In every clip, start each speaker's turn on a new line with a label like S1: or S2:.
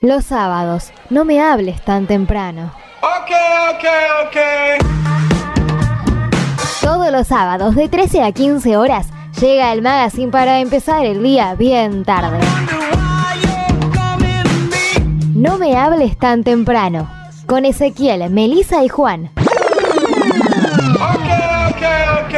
S1: Los sábados, no me hables tan temprano.
S2: Ok, ok, ok.
S1: Todos los sábados de 13 a 15 horas llega el magazine para empezar el día bien tarde. No me hables tan temprano. Con Ezequiel, Melissa y Juan.
S2: Ok, ok, ok.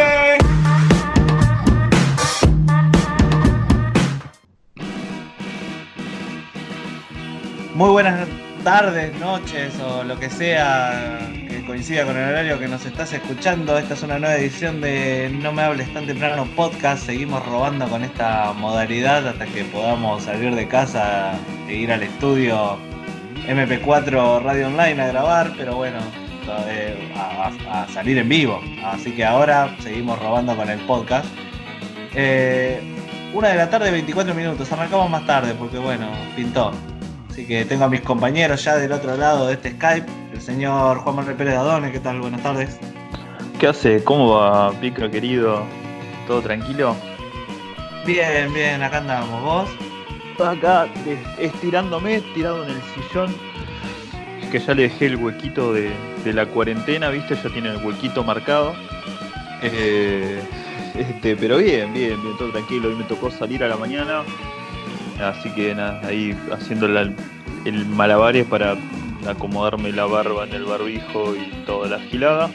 S3: Muy buenas tardes, noches o lo que sea que coincida con el horario que nos estás escuchando. Esta es una nueva edición de No me hables tan temprano podcast. Seguimos robando con esta modalidad hasta que podamos salir de casa e ir al estudio MP4 Radio Online a grabar, pero bueno, eh, a, a- a salir en vivo. Así que ahora seguimos robando con el podcast. Eh, una de la tarde, 24 minutos. Arrancamos más tarde porque bueno, pintó. Así que tengo a mis compañeros ya del otro lado de este Skype, el señor Juan Manuel Pérez Adones, ¿qué tal? Buenas tardes.
S4: ¿Qué hace? ¿Cómo va, Picro querido? ¿Todo tranquilo?
S3: Bien, bien, acá andamos, vos.
S4: Acá es- estirándome, tirado en el sillón. Que ya le dejé el huequito de, de la cuarentena, ¿viste? Ya tiene el huequito marcado. Eh, este, pero bien, bien, bien, todo tranquilo. Hoy me tocó salir a la mañana. Así que nada, ahí haciendo la- el malabares para acomodarme la barba en el barbijo y toda la gilada.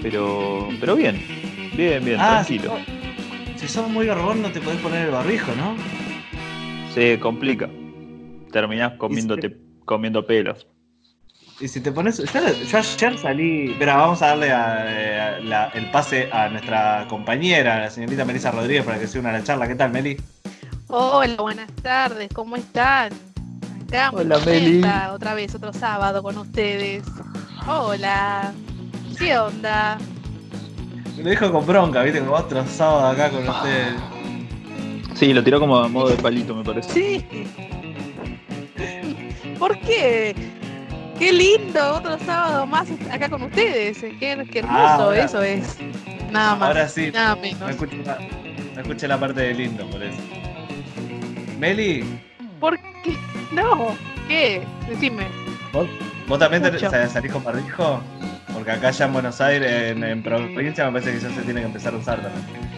S4: Pero, pero bien, bien, bien, tranquilo.
S3: Si, si sos muy garbón no te podés poner el barbijo, ¿no?
S4: Se complica. Terminás comiéndote, comiendo pelos.
S3: Y si te pones... Yo, yo ayer salí... Espera, vamos a darle a- a la- el pase a nuestra compañera, la señorita Melissa Rodríguez, para que se una a la charla. ¿Qué tal, Meli?
S5: Hola, buenas tardes, ¿cómo están? Acá muy
S4: Hola, Meli.
S5: contenta, otra vez, otro sábado con ustedes. Hola, ¿qué onda?
S3: Lo dijo con bronca, ¿viste? Como otro sábado acá con ustedes.
S4: Sí, lo tiró como a modo de palito, me parece.
S5: Sí. ¿Por qué? Qué lindo, otro sábado más acá con ustedes. Qué, qué hermoso
S3: Ah, ahora-
S5: eso es. Nada más,
S3: Ahora sí,
S5: nada
S3: No
S5: menos.
S3: escuché, la, no escuché la parte de lindo, por eso. Meli,
S5: ¿Por qué? No, ¿qué? Decime.
S3: ¿vos también te-
S5: Mucho.
S3: sa- salís con barbijo? Porque acá ya en Buenos Aires, en, en provincia, me parece que ya se tiene que empezar a usar también.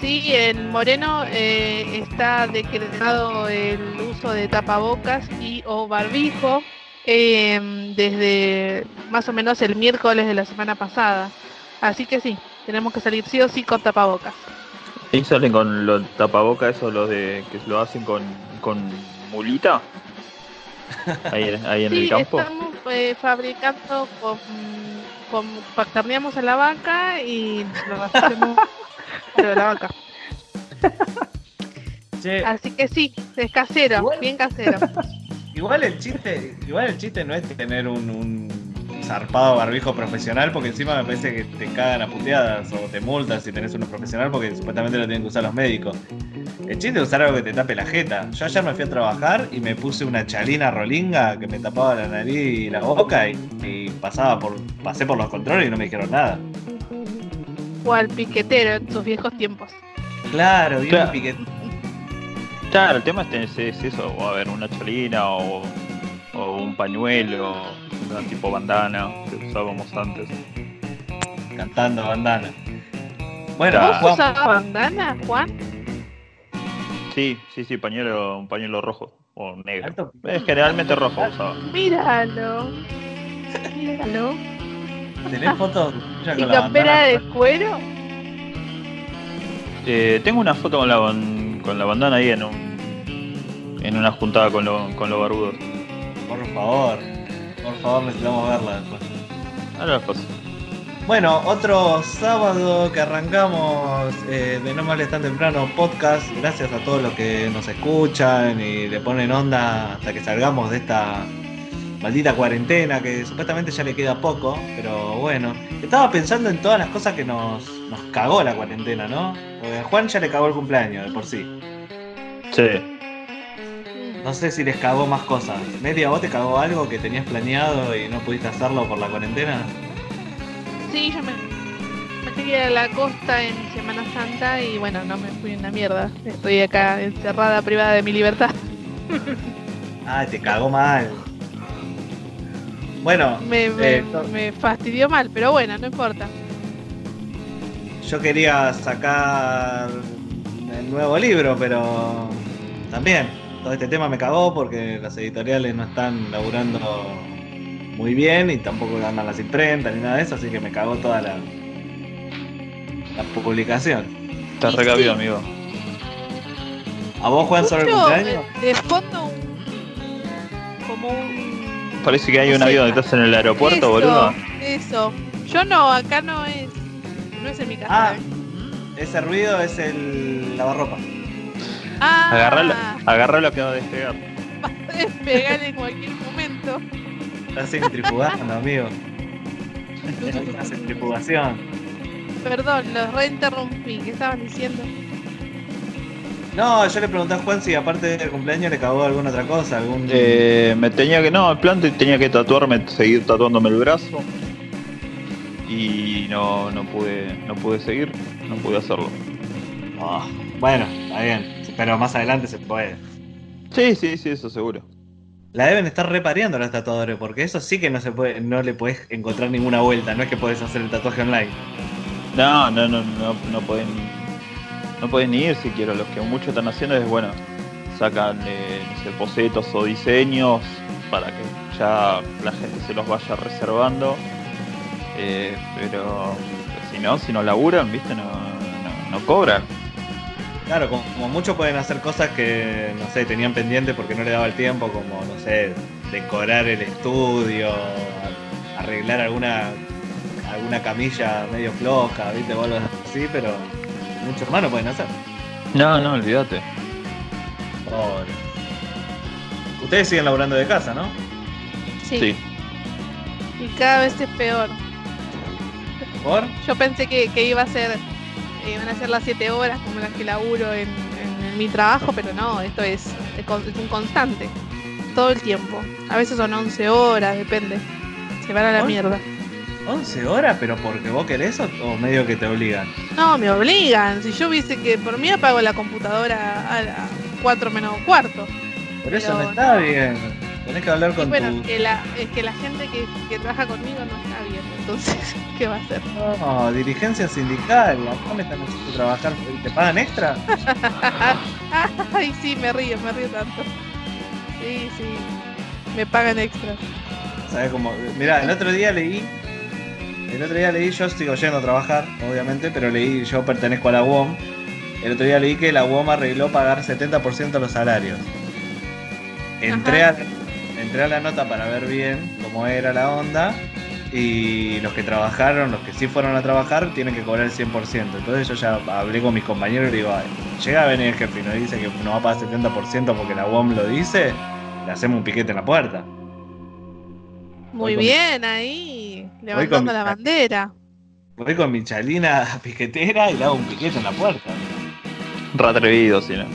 S5: Sí, en Moreno eh, está decretado el uso de tapabocas y o barbijo eh, desde más o menos el miércoles de la semana pasada. Así que sí, tenemos que salir sí o sí con tapabocas.
S4: ¿Y salen con los tapabocas esos los de que lo hacen con, con mulita? Ahí, ahí en el
S5: Sí,
S4: campo.
S5: estamos eh, fabricando con, con pa- carneamos a la vaca y lo hacemos pero la vaca.
S3: Che,
S5: Así que sí, es casero,
S3: Igual.
S5: bien casero.
S3: igual el chiste, igual el chiste no es tener un, un zarpado barbijo profesional, porque encima me parece que te cagan a puteadas o te multas si tenés uno profesional, porque supuestamente lo tienen que usar los médicos. El chiste es usar algo que te tape la jeta. Yo ayer me fui a trabajar y me puse una chalina rolinga que me tapaba la nariz y la boca y, y pasaba por, pasé por los controles y no me dijeron nada.
S5: O al piquetero en sus viejos tiempos.
S3: Claro, bien
S4: Claro.
S3: piquet-
S4: Claro, el tema es, tener- es eso, o a ver, una cholina o, o un pañuelo, una tipo bandana que usábamos antes.
S3: cantando bandana. Bueno,
S4: Claro.
S5: ¿Vos
S3: Juan,
S5: usabas bandana, Juan?
S4: Sí, sí, sí, pañuelo, un pañuelo rojo o negro.
S3: alto-
S4: Eh, generalmente rojo usaba.
S5: Míralo. Míralo.
S3: ¿tenés fotos tuyas
S5: ¿Y
S3: con la
S5: campera
S3: bandana?
S5: de cuero?
S4: Eh, tengo una foto con la, ban- con la bandana ahí en, un- en una juntada con, lo- con los barbudos.
S3: Por favor, por favor, necesitamos verla después.
S4: Ahora las paso.
S3: Bueno, otro sábado que arrancamos eh, de No Me Hables Tan Temprano podcast. Gracias a todos los que nos escuchan y le ponen onda hasta que salgamos de esta maldita cuarentena que supuestamente ya le queda poco, pero bueno. Estaba pensando en todas las cosas que nos, nos cagó la cuarentena, ¿no? Porque a Juan ya le cagó el cumpleaños de por sí.
S4: Sí.
S3: No sé si les cagó más cosas. Meli, ¿a vos te cagó algo que tenías planeado y no pudiste hacerlo por la cuarentena?
S5: Sí, yo me, me fui a la costa en Semana Santa y bueno, no me fui una mierda. Estoy acá encerrada, privada de mi libertad.
S3: Ah, te cagó mal. Bueno,
S5: Me, me-
S3: eh, to-
S5: me fastidió mal, pero bueno, no importa.
S3: yo quería sacar el nuevo libro, pero también todo este tema me cagó porque las editoriales no están laburando muy bien y tampoco ganan las imprentas ni nada de eso, así que me cagó toda la, la publicación.
S4: Estás
S5: Y
S4: regabido,
S5: sí.
S4: amigo.
S3: ¿A vos, Juan, sobre el
S5: Escucho,
S3: cumpleaños?
S5: eh, de fondo un- como un
S4: Parece que hay un
S5: Sí.
S4: avión, estás en el aeropuerto,
S5: eso,
S4: boludo.
S5: Eso. Yo no, acá no es no es en mi
S3: Ah,
S5: casa. ¿eh?
S3: ese ruido es el lavarropa.
S5: Ah,
S4: Agarralo, agarralo que no despegar.
S5: Puedes pegar en cualquier momento.
S3: Está centrifugando, amigo. Es una centrifugación.
S5: Perdón, los reinterrumpí. ¿Qué estaban diciendo?
S3: No, yo le pregunté a Juan si aparte del cumpleaños le cagó alguna otra cosa, algún...
S4: Eh, me tenía que. No, el plan te- tenía que tatuarme, seguir tatuándome el brazo. Y no, no pude. No pude seguir, no pude hacerlo.
S3: Oh, bueno, está bien. Pero más adelante se puede.
S4: Sí, sí, sí, eso seguro.
S3: La deben estar repareando los tatuadores, porque eso sí que no se puede, no le puedes encontrar ninguna vuelta, no es que podés hacer el tatuaje online.
S4: No, no, no, no, no pueden no pueden ni ir si quiero. Los que mucho están haciendo es, bueno, sacan eh, no sé, bocetos o diseños para que ya la gente se los vaya reservando. Eh, pero si no, si no laburan, viste, no, no, no cobran.
S3: Claro, como, como mucho pueden hacer cosas que, no sé, tenían pendiente porque no le daba el tiempo, como, no sé, decorar el estudio, arreglar alguna alguna camilla medio floja, viste, o algo así, pero muchos más no pueden hacer.
S4: No, no, olvídate.
S3: Pobre. Ustedes siguen laburando de casa, ¿no?
S5: Sí.
S4: Sí.
S5: Y cada vez es peor.
S3: ¿Por?
S5: Yo pensé que, que iba a ser, eh, van a ser las 7 horas como las que laburo en, en- en mi trabajo, pero no, esto es, es con- es un constante. Todo el tiempo. A veces son 11 horas, depende. Se van a la
S3: ¿Once?
S5: mierda.
S3: 11 horas, pero porque vos querés o, o medio que te obligan.
S5: No, me obligan. Si yo hubiese que por mí apago la computadora a las 4 menos cuarto.
S3: Pero eso
S5: Pero
S3: no está
S5: no.
S3: bien. Tenés que hablar
S5: Y
S3: con
S5: bueno,
S3: tu.
S5: que la, es que la gente que, que trabaja conmigo no está bien, entonces, ¿qué va a hacer?
S3: No, dirigencia sindical. ¿A cómo están haciendo trabajar? ¿Te pagan extra?
S5: Ay, sí, me río, me río tanto. Sí, sí. Me pagan extra.
S3: ¿Sabés cómo? Mirá, el otro día leí. El otro día leí, yo sigo yendo a trabajar, obviamente, pero leí, yo pertenezco a la UOM. El otro día leí que la UOM arregló pagar 70% de los salarios. Entré a,
S5: Ajá.
S3: entré a la nota para ver bien cómo era la onda. Y los que trabajaron, los que sí fueron a trabajar, tienen que cobrar el 100%. Entonces yo ya hablé con mis compañeros y digo, "Ay, llega a venir el jefe y nos dice que nos va a pagar 70% porque la UOM lo dice, le hacemos un piquete en la puerta. Voy
S5: Muy
S3: con-
S5: bien, ahí.
S3: con mi
S5: Levantando la
S3: tac-
S5: bandera.
S3: Voy con mi chalina piquetera y le hago un piquete en la puerta.
S4: Ratrevido, si no.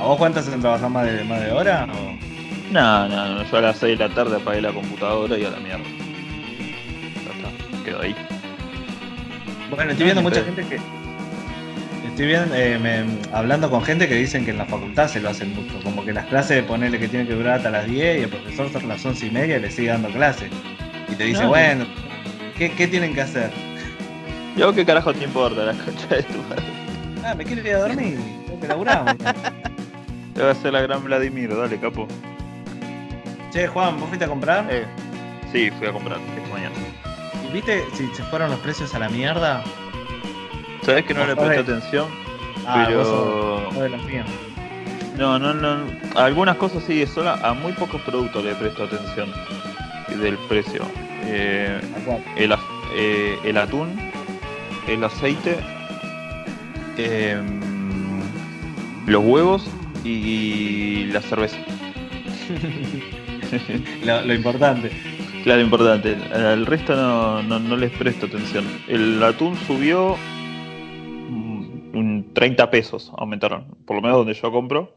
S3: ¿A vos cuántas han trabajado más de, más de hora? o?
S4: No, no, no, yo a las 6 de la tarde apagué la computadora y a la mierda. Ya está, quedó ahí.
S3: Bueno, estoy viendo
S4: No,
S3: mucha
S4: pero-
S3: gente que. Estoy viendo, eh, me- hablando con gente que dicen que en la facultad se lo hacen mucho. Como que las clases, ponele que tienen que durar hasta las 10 y el profesor hasta las 11 y media y le sigue dando clases. Y te dice,
S4: Claro.
S3: bueno, ¿qué, qué tienen que hacer?
S4: Yo qué carajo te importa la concha de tu madre.
S3: Ah, me quiero ir a dormir, tengo que laburar. mañana".
S4: Te voy a hacer la gran Vladimir, dale, capo.
S3: che, Juan, ¿vos fuiste a comprar?
S4: Eh, sí, fui a comprar esta mañana.
S3: ¿Y viste si se fueron los precios a la mierda?
S4: Sabes que no le
S3: Ojalá.
S4: presté atención,
S3: Ah, vos sos-
S4: pero.
S3: sos de los míos.
S4: No, no, no. A algunas cosas sí, solo a muy pocos productos le presto atención del precio. Eh,
S3: ¿A cuál?
S4: el, af- eh, el atún, el aceite, em, los huevos y la cerveza.
S3: Lo, lo importante.
S4: Claro, importante. Al resto no, no, no les presto atención. El atún subió mm, un 30 pesos, aumentaron. Por lo menos donde yo compro,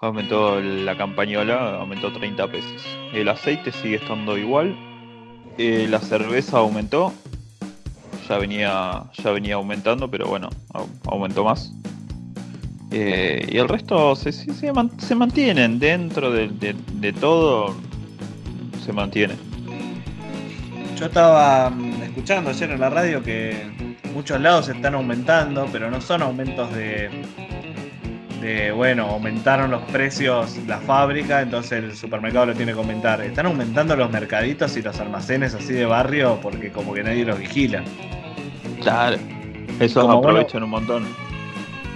S4: aumentó la campañola, aumentó 30 pesos. El aceite sigue estando igual. Eh, la cerveza aumentó. Ya venía, ya venía aumentando, pero bueno, au- aumentó más. Eh, y el resto se, se- se man- se mantienen dentro de, de- de todo. Se mantienen.
S3: Yo estaba mm, escuchando ayer en la radio que muchos lados están aumentando, pero no son aumentos de, de bueno, aumentaron los precios la fábrica, entonces el supermercado lo tiene que aumentar. Están aumentando los mercaditos y los almacenes así de barrio porque como que nadie los vigila.
S4: Claro. Esos
S3: Como
S4: aprovechan un montón.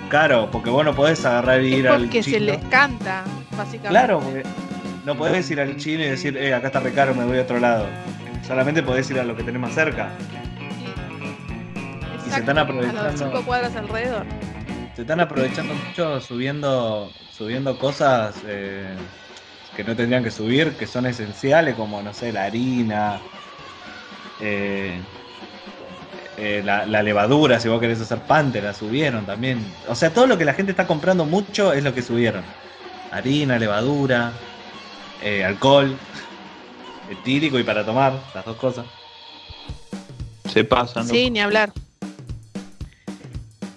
S3: Claro, porque vos no podés agarrar y
S5: Es
S3: ir al
S5: porque se
S3: chino.
S5: les canta, básicamente.
S3: Claro, porque no podés ir al chino y decir, eh, acá está recaro, me voy a otro lado. Solamente podés ir a lo que tenés más cerca.
S5: Exacto,
S3: Y se están aprovechando.
S5: A las cinco cuadras alrededor.
S3: Se están aprovechando mucho subiendo, subiendo cosas eh, que no tendrían que subir, que son esenciales, como, no sé, la harina, eh, eh, la, la levadura, si vos querés hacer pan, te la subieron también. O sea, todo lo que la gente está comprando mucho es lo que subieron. Harina, levadura, eh, alcohol, etílico y para tomar, las dos cosas.
S4: Se pasan. ¿no?
S5: Sí, ni hablar.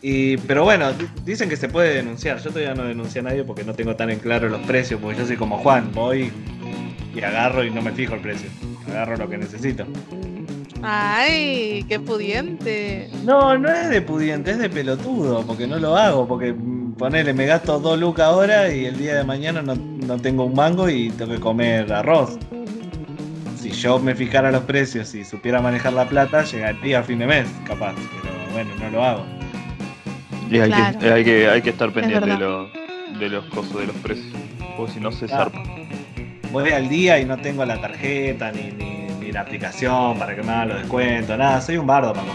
S3: Y, pero bueno, di- dicen que se puede denunciar. Yo todavía no denuncié a nadie porque no tengo tan en claro los precios, porque yo soy como Juan, voy y agarro y no me fijo el precio. Agarro lo que necesito.
S5: Ay, qué pudiente.
S3: No, no es de pudiente, es de pelotudo, porque no lo hago, porque mm, ponele, me gasto dos lucas ahora y el día de mañana no, no tengo un mango y tengo que comer arroz. Si yo me fijara los precios y supiera manejar la plata, llegaría a fin de mes, capaz. Pero bueno, no lo hago.
S4: Y hay,
S5: Claro.
S4: que, hay, que, hay que estar pendiente de,
S5: verdad.
S4: los- de los cosas, de los precios. Porque si no se
S3: Claro.
S4: zarpa.
S3: voy al día y no tengo la tarjeta ni, ni, ni la aplicación para que me hagan los descuentos, nada, soy un bardo para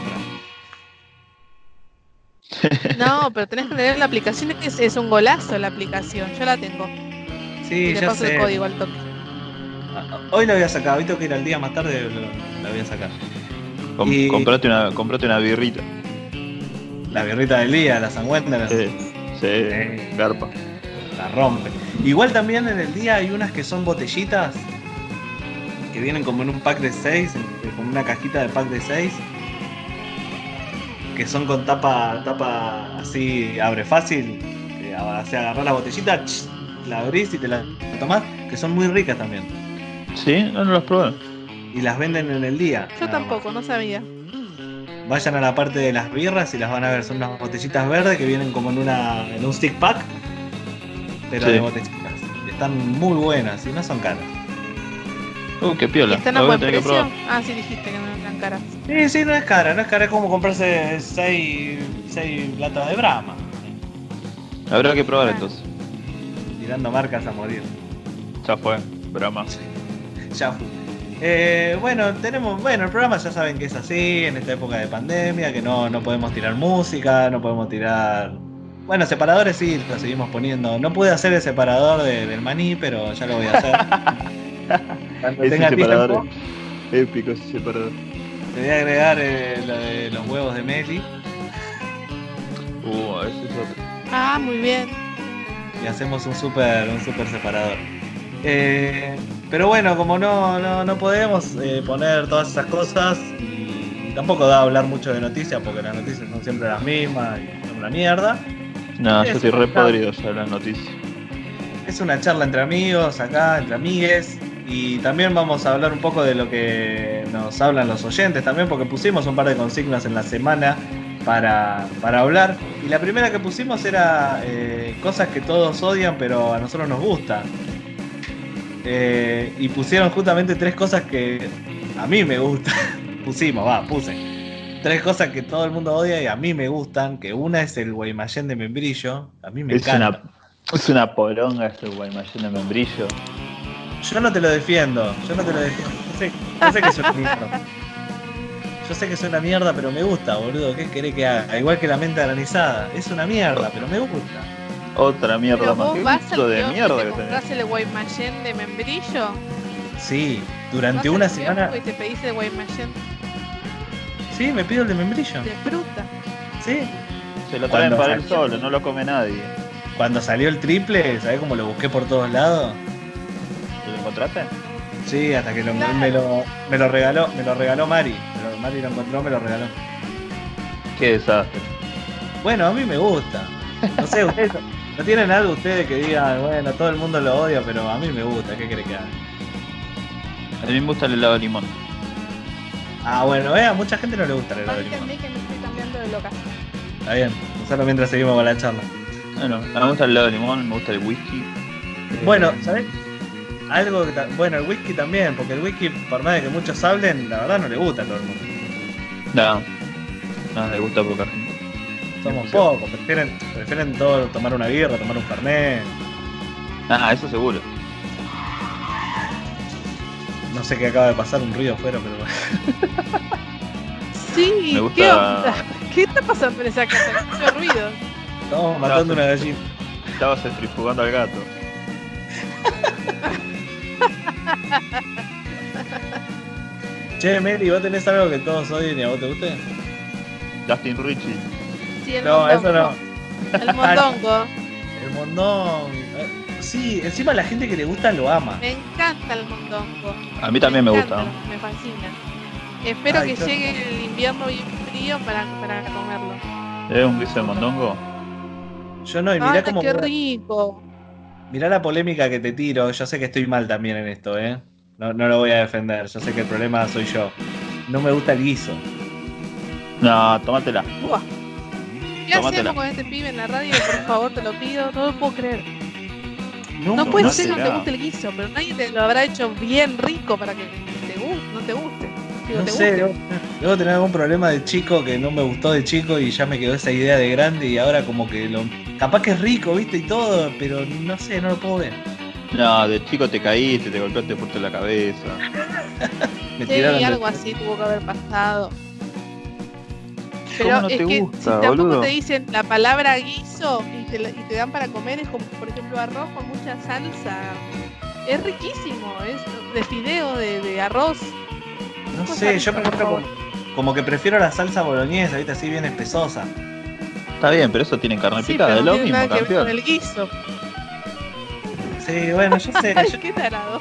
S3: comprar.
S5: No, pero tenés que tener la aplicación, es, es un golazo la aplicación. Yo la tengo.
S3: Sí,
S5: y le
S3: ya
S5: paso
S3: sé.
S5: el código al toque.
S3: Ah, Hoy la voy a sacar, hoy tengo que ir al día más tarde, lo- la voy a sacar.
S4: Com-
S3: Y-
S4: comprate, una, comprate una birrita.
S3: La birrita del día, la sangüenta, la,
S4: Sí, sí,
S3: Sí.
S4: garpa.
S3: la rompe. Igual también en el día hay unas que son botellitas que vienen como en un pack de 6, como una cajita de pack de 6. Que son con tapa, tapa así, abre fácil. que, O sea, agarrás la botellita, ch, la abrís y te la tomás, que son muy ricas también.
S4: Sí, no, no los probé.
S3: Y las venden en el día.
S5: Yo
S3: nada
S5: tampoco, no sabía.
S3: más. Vayan a la parte de las birras y las van a ver. Son unas botellitas verdes que vienen como en una. en un stick pack. Pero
S4: Sí.
S3: de botellitas. Están muy buenas y no son caras.
S4: Uh, qué piola.
S5: ¿Están
S4: la
S5: a
S4: voy a
S5: buen
S4: tener que
S5: precio?
S4: probar.
S5: Ah, sí, dijiste que no eran caras.
S3: Sí, sí, no es cara, no es cara, es como comprarse seis, seis latas de Brahma,
S4: Habrá que probar
S5: Ah.
S4: entonces.
S3: tirando marcas a morir.
S4: Ya fue. Brahma.
S3: Ya fue. Eh, bueno, tenemos, bueno, el programa ya saben que es así, en esta época de pandemia, que no, no podemos tirar música, no podemos tirar... Bueno, separadores sí, lo seguimos poniendo. No pude hacer el separador de- del maní, pero ya lo voy a hacer. Cuando
S4: Ese
S3: tenga
S4: separador
S3: tiempo,
S4: es épico, ese separador.
S3: te voy a agregar eh, lo de los huevos de Meli
S4: Uh, ese es otro.
S5: Ah, muy bien.
S3: y hacemos un super, un super separador. Eh, pero bueno, como no, no, no podemos eh, poner todas esas cosas y tampoco da a hablar mucho de noticias porque las noticias son siempre las mismas y son una mierda.
S4: No, yo
S3: Ese
S4: estoy re
S3: separador.
S4: podrido ya de las noticias.
S3: Es una charla entre amigos, acá, entre amigues. Y también vamos a hablar un poco de lo que nos hablan los oyentes también, porque pusimos un par de consignas en la semana para, para hablar. Y la primera que pusimos era eh, cosas que todos odian, pero a nosotros nos gustan. Eh, y pusieron justamente tres cosas que a mí me gustan. pusimos, va, puse. Tres cosas que todo el mundo odia y a mí me gustan, que una es el Guaymallén de membrillo. A mí me
S4: es
S3: encanta.
S4: una. Es una poronga este Guaymallén de membrillo.
S3: Yo no te lo defiendo, yo no te lo defiendo. Yo sé, yo sé que es una mierda. Yo sé que es una mierda, pero me gusta, boludo. ¿Qué querés que haga? Igual que la mente granizada. Es una mierda, pero me gusta.
S4: Otra mierda
S5: Pero
S4: más.
S5: vos
S4: Qué
S5: vas
S4: gusto
S5: al
S4: de
S5: kiosco
S4: mierda
S5: y
S4: que
S5: te
S4: tenés.
S5: compras el Guaymallén de membrillo.
S3: Sí,
S5: vas pues?
S3: durante
S5: al
S3: una
S5: kiosco
S3: semana.
S5: Y te pedís el Guaymallén
S3: Sí, me pido el de
S4: Ah.
S3: membrillo.
S5: de fruta.
S3: Sí.
S4: Se lo traen
S3: Cuando
S4: para él
S3: salió.
S4: solo, no lo come nadie.
S3: Cuando salió el triple, ¿sabés cómo lo busqué por todos lados?
S4: ¿Te lo encontraste?
S3: Sí, hasta que lo-
S5: Claro.
S3: me, lo, me lo regaló, me lo regaló Mari. Pero Mari lo encontró, me lo regaló.
S4: Qué desastre.
S3: Bueno, a mí me gusta. No sé, ustedes, ¿No tienen algo ustedes que digan, bueno, todo el mundo lo odia, pero a mí me gusta, ¿qué cree que haga?
S4: A mí me gusta el helado de limón.
S3: Ah, bueno, vea, a mucha gente no le gusta el
S6: A
S3: helado de
S6: mí
S3: limón.
S6: también que me estoy cambiando de loca.
S3: Está bien, solo mientras seguimos con la charla.
S4: Bueno, a mí me gusta el helado de limón, me gusta el whisky. Eh,
S3: Bueno, ¿sabes? Algo que ta- bueno, el whisky también, porque el whisky, por más de que muchos hablen, la verdad no le gusta a todo el mundo.
S4: No, no, me gusta poca gente.
S3: Somos
S4: Sí.
S3: pocos, prefieren, prefieren todo tomar una birra, tomar un fernet,
S4: Ah, eso seguro.
S3: no sé qué acaba de pasar un ruido afuera, pero
S5: Sí,
S4: Me
S5: ¿qué
S4: gusta.
S5: onda? ¿Qué está pasando en esa casa? Mucho ruido.
S3: estamos matando una gallina.
S4: Estabas estripugando al gato.
S3: Che, Meli, ¿vos tenés algo que todos odien y a vos te guste?
S4: Justin Richie.
S5: Sí, el
S3: No, eso no.
S5: mondongo.
S4: Ah.
S5: El mondongo.
S3: El mondón. eh, Sí, encima la gente que le gusta lo ama.
S5: Me encanta el mondongo.
S4: A mí también me gusta.
S5: encanta, Me fascina. Espero
S3: Ay,
S5: que
S3: yo-
S5: llegue el invierno bien frío para, para comerlo.
S4: ¿Es un guiso de mondongo?
S3: Yo no, y mirá
S5: ¡Ay,
S3: como.
S5: qué rico!
S3: Mirá la polémica que te tiro, yo sé que estoy mal también en esto, ¿eh? No, no lo voy a defender, yo sé que el problema soy yo. No me gusta el guiso.
S4: No, tómatela.
S5: Buah. ¿Qué
S4: Tómatela.
S5: hacemos con este pibe en la radio? Por favor, te lo pido. No lo puedo creer.
S3: Nunca-
S5: No puede ser que no te
S4: será.
S5: guste el guiso, pero nadie te lo habrá hecho bien rico para que te gu- no te guste. Digo,
S3: No
S5: te
S3: sé,
S5: guste.
S3: debo, debo tener algún problema de chico que no me gustó de chico y ya me quedó esa idea de grande y ahora como que lo... Capaz que es rico, viste, y todo, pero no sé, no lo puedo ver.
S4: No, de chico te caíste, te golpeaste fuerte la cabeza.
S3: Me
S5: Sí,
S3: de-
S5: algo así tuvo que haber pasado. Pero
S4: no
S5: es
S4: te
S5: que si
S4: gusta,
S5: tampoco
S4: boludo?
S5: te dicen la palabra guiso y te, la- y te dan para comer, es como por ejemplo arroz con mucha salsa. Es riquísimo, es de fideo, de, de arroz.
S3: No
S5: Cosa
S3: sé, yo
S5: rica,
S3: por ejemplo
S5: por
S3: como, como que prefiero la salsa boloñesa, viste, así bien espesosa.
S4: Está bien, pero eso tiene carne
S5: Sí,
S4: picada,
S5: pero
S4: es
S5: no
S4: lo
S5: tiene
S4: mismo,
S5: nada que ver
S4: campeón.
S5: con el guiso.
S3: Sí, bueno, yo sé,
S5: Ay,
S3: yo-
S5: qué tarado.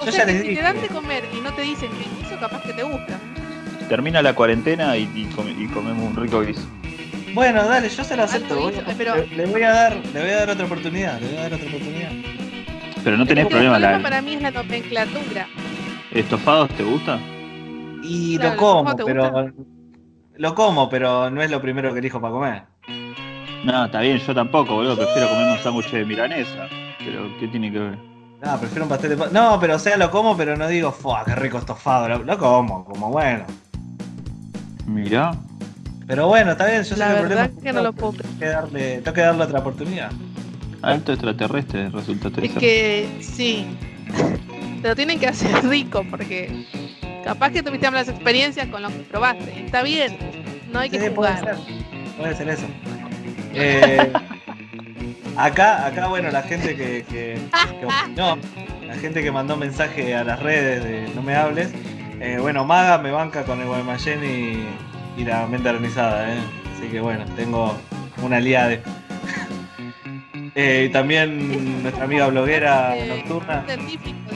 S5: O
S3: Yo
S5: sea,
S3: ya les
S5: que si te
S3: dije.
S5: dan de comer y no te dicen que guiso, capaz que te gusta.
S4: Termina la cuarentena y, y come- y comemos un rico guiso.
S3: Bueno, dale, yo se lo acepto.
S5: Algo
S3: voy a-
S5: hizo, pero-
S3: le, le voy a dar, le voy a dar otra oportunidad, le voy a dar otra oportunidad.
S4: Pero no tenés
S5: Porque el
S4: problema,
S5: problema
S4: la...
S5: para mí es la nomenclatura.
S4: ¿Estofados te gusta?
S3: Y
S5: Claro,
S3: lo
S5: ¿el
S3: como,
S5: pulpo te
S3: pero lo como, pero no es lo primero que elijo para comer.
S4: No, está bien, yo tampoco, boludo. Prefiero comer un sándwich de milanesa. Pero, ¿qué tiene que ver?
S3: No, prefiero un pastel de pa- No, pero o sea, lo como, pero no digo, fuah, qué rico estofado. Lo, lo como, como bueno.
S4: Mirá.
S3: Pero bueno, está bien, yo sé
S5: La
S3: que el
S5: verdad
S3: problema es
S5: que no lo puedo
S3: Tengo que darle, tengo que darle otra oportunidad.
S4: Alto extraterrestre resulta
S5: Es
S4: ser.
S5: que sí, te lo tienen que hacer rico porque capaz que tuviste malas experiencias con lo que probaste. y Está bien, no hay que
S3: Sí, puede
S5: jugar.
S3: ser. Puede ser eso. Eh, acá, acá, bueno, la gente que, que, que opinó, la gente que mandó mensaje a las redes de No me hables. eh, bueno, Maga me banca con el Guaymallén y, y la mente organizada, ¿eh? Así que bueno, tengo una aliada. Eh, y también nuestra amiga bloguera
S5: Eh,
S3: nocturna.
S5: Científico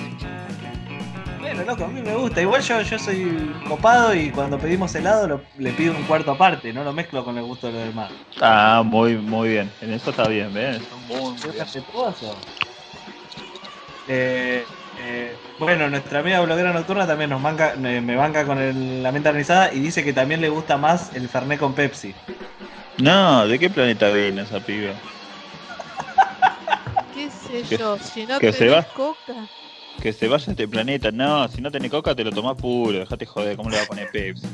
S5: de-
S3: Bueno, loco, a mí me gusta. Igual yo, yo soy copado y cuando pedimos helado lo- le pido un cuarto aparte, no lo mezclo con el gusto de los demás.
S4: Ah, muy, muy bien. En eso está bien, ¿ves? Muy, muy
S3: Es
S4: bien.
S3: respetuoso. Eh, eh, bueno, nuestra amiga bloguera nocturna también nos manca, me, me banca con el- la menta rizada y dice que también le gusta más el Fernet con Pepsi.
S4: No, ¿de qué planeta viene esa piba?
S5: ¿Qué sé
S4: Que-
S5: yo? Si no
S4: que
S5: tenés
S4: se va.
S5: coca,
S4: Que se vaya a este planeta. No, si no tenés coca, te lo tomás puro. Dejate joder, ¿cómo le va a poner Pepsi?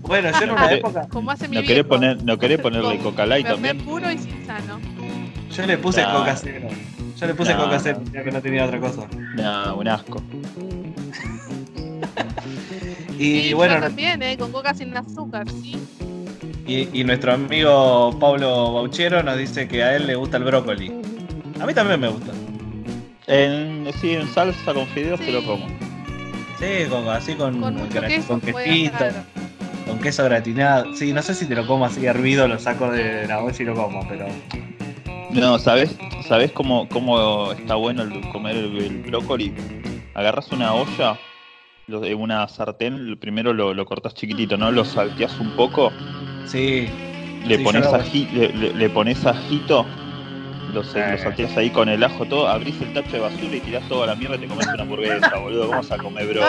S3: Bueno, yo en una
S4: Fernet-
S3: época
S5: como hace mi
S4: ¿No querés,
S5: viejo.
S4: poner, ¿no querés ponerle
S5: Con
S4: coca light
S5: Fernet
S4: también?
S5: puro y sin sano.
S3: yo le puse
S4: Claro.
S3: coca cero. Yo le puse
S4: No,
S3: coca cero,
S4: no.
S3: ya que no tenía otra cosa.
S4: No, un asco.
S3: Y
S5: Sí, yo
S3: bueno,
S5: también, ¿eh? Con coca sin azúcar, sí.
S3: y, y nuestro amigo Pablo Bauchero nos dice que a él le gusta el brócoli. A mí también me gusta.
S4: En, sí, en salsa con fideos te lo
S5: Sí.
S4: como.
S3: Sí, con, así con,
S5: Con mucho
S3: gra-
S5: queso
S3: con
S5: puede
S3: quesito.
S5: estar.
S3: Con queso gratinado. Sí, no sé si te lo como así hervido, lo saco de la bolsa y lo como, pero.
S4: No, ¿sabes, ¿sabes cómo, cómo está bueno el- comer el, el brócoli? Agarras una olla, lo- eh, una sartén, lo- primero lo, lo cortás chiquitito, ¿no? Lo salteás un poco,
S3: Sí.
S4: le
S3: Sí,
S4: pones
S3: yo lo-
S4: ají, le, le- le pones ajito, Los,
S3: Eh.
S4: los salteás ahí con el ajo todo, abrís el tacho de basura y tirás toda la mierda y te comes una hamburguesa, boludo. ¿Cómo vas a comer, bro?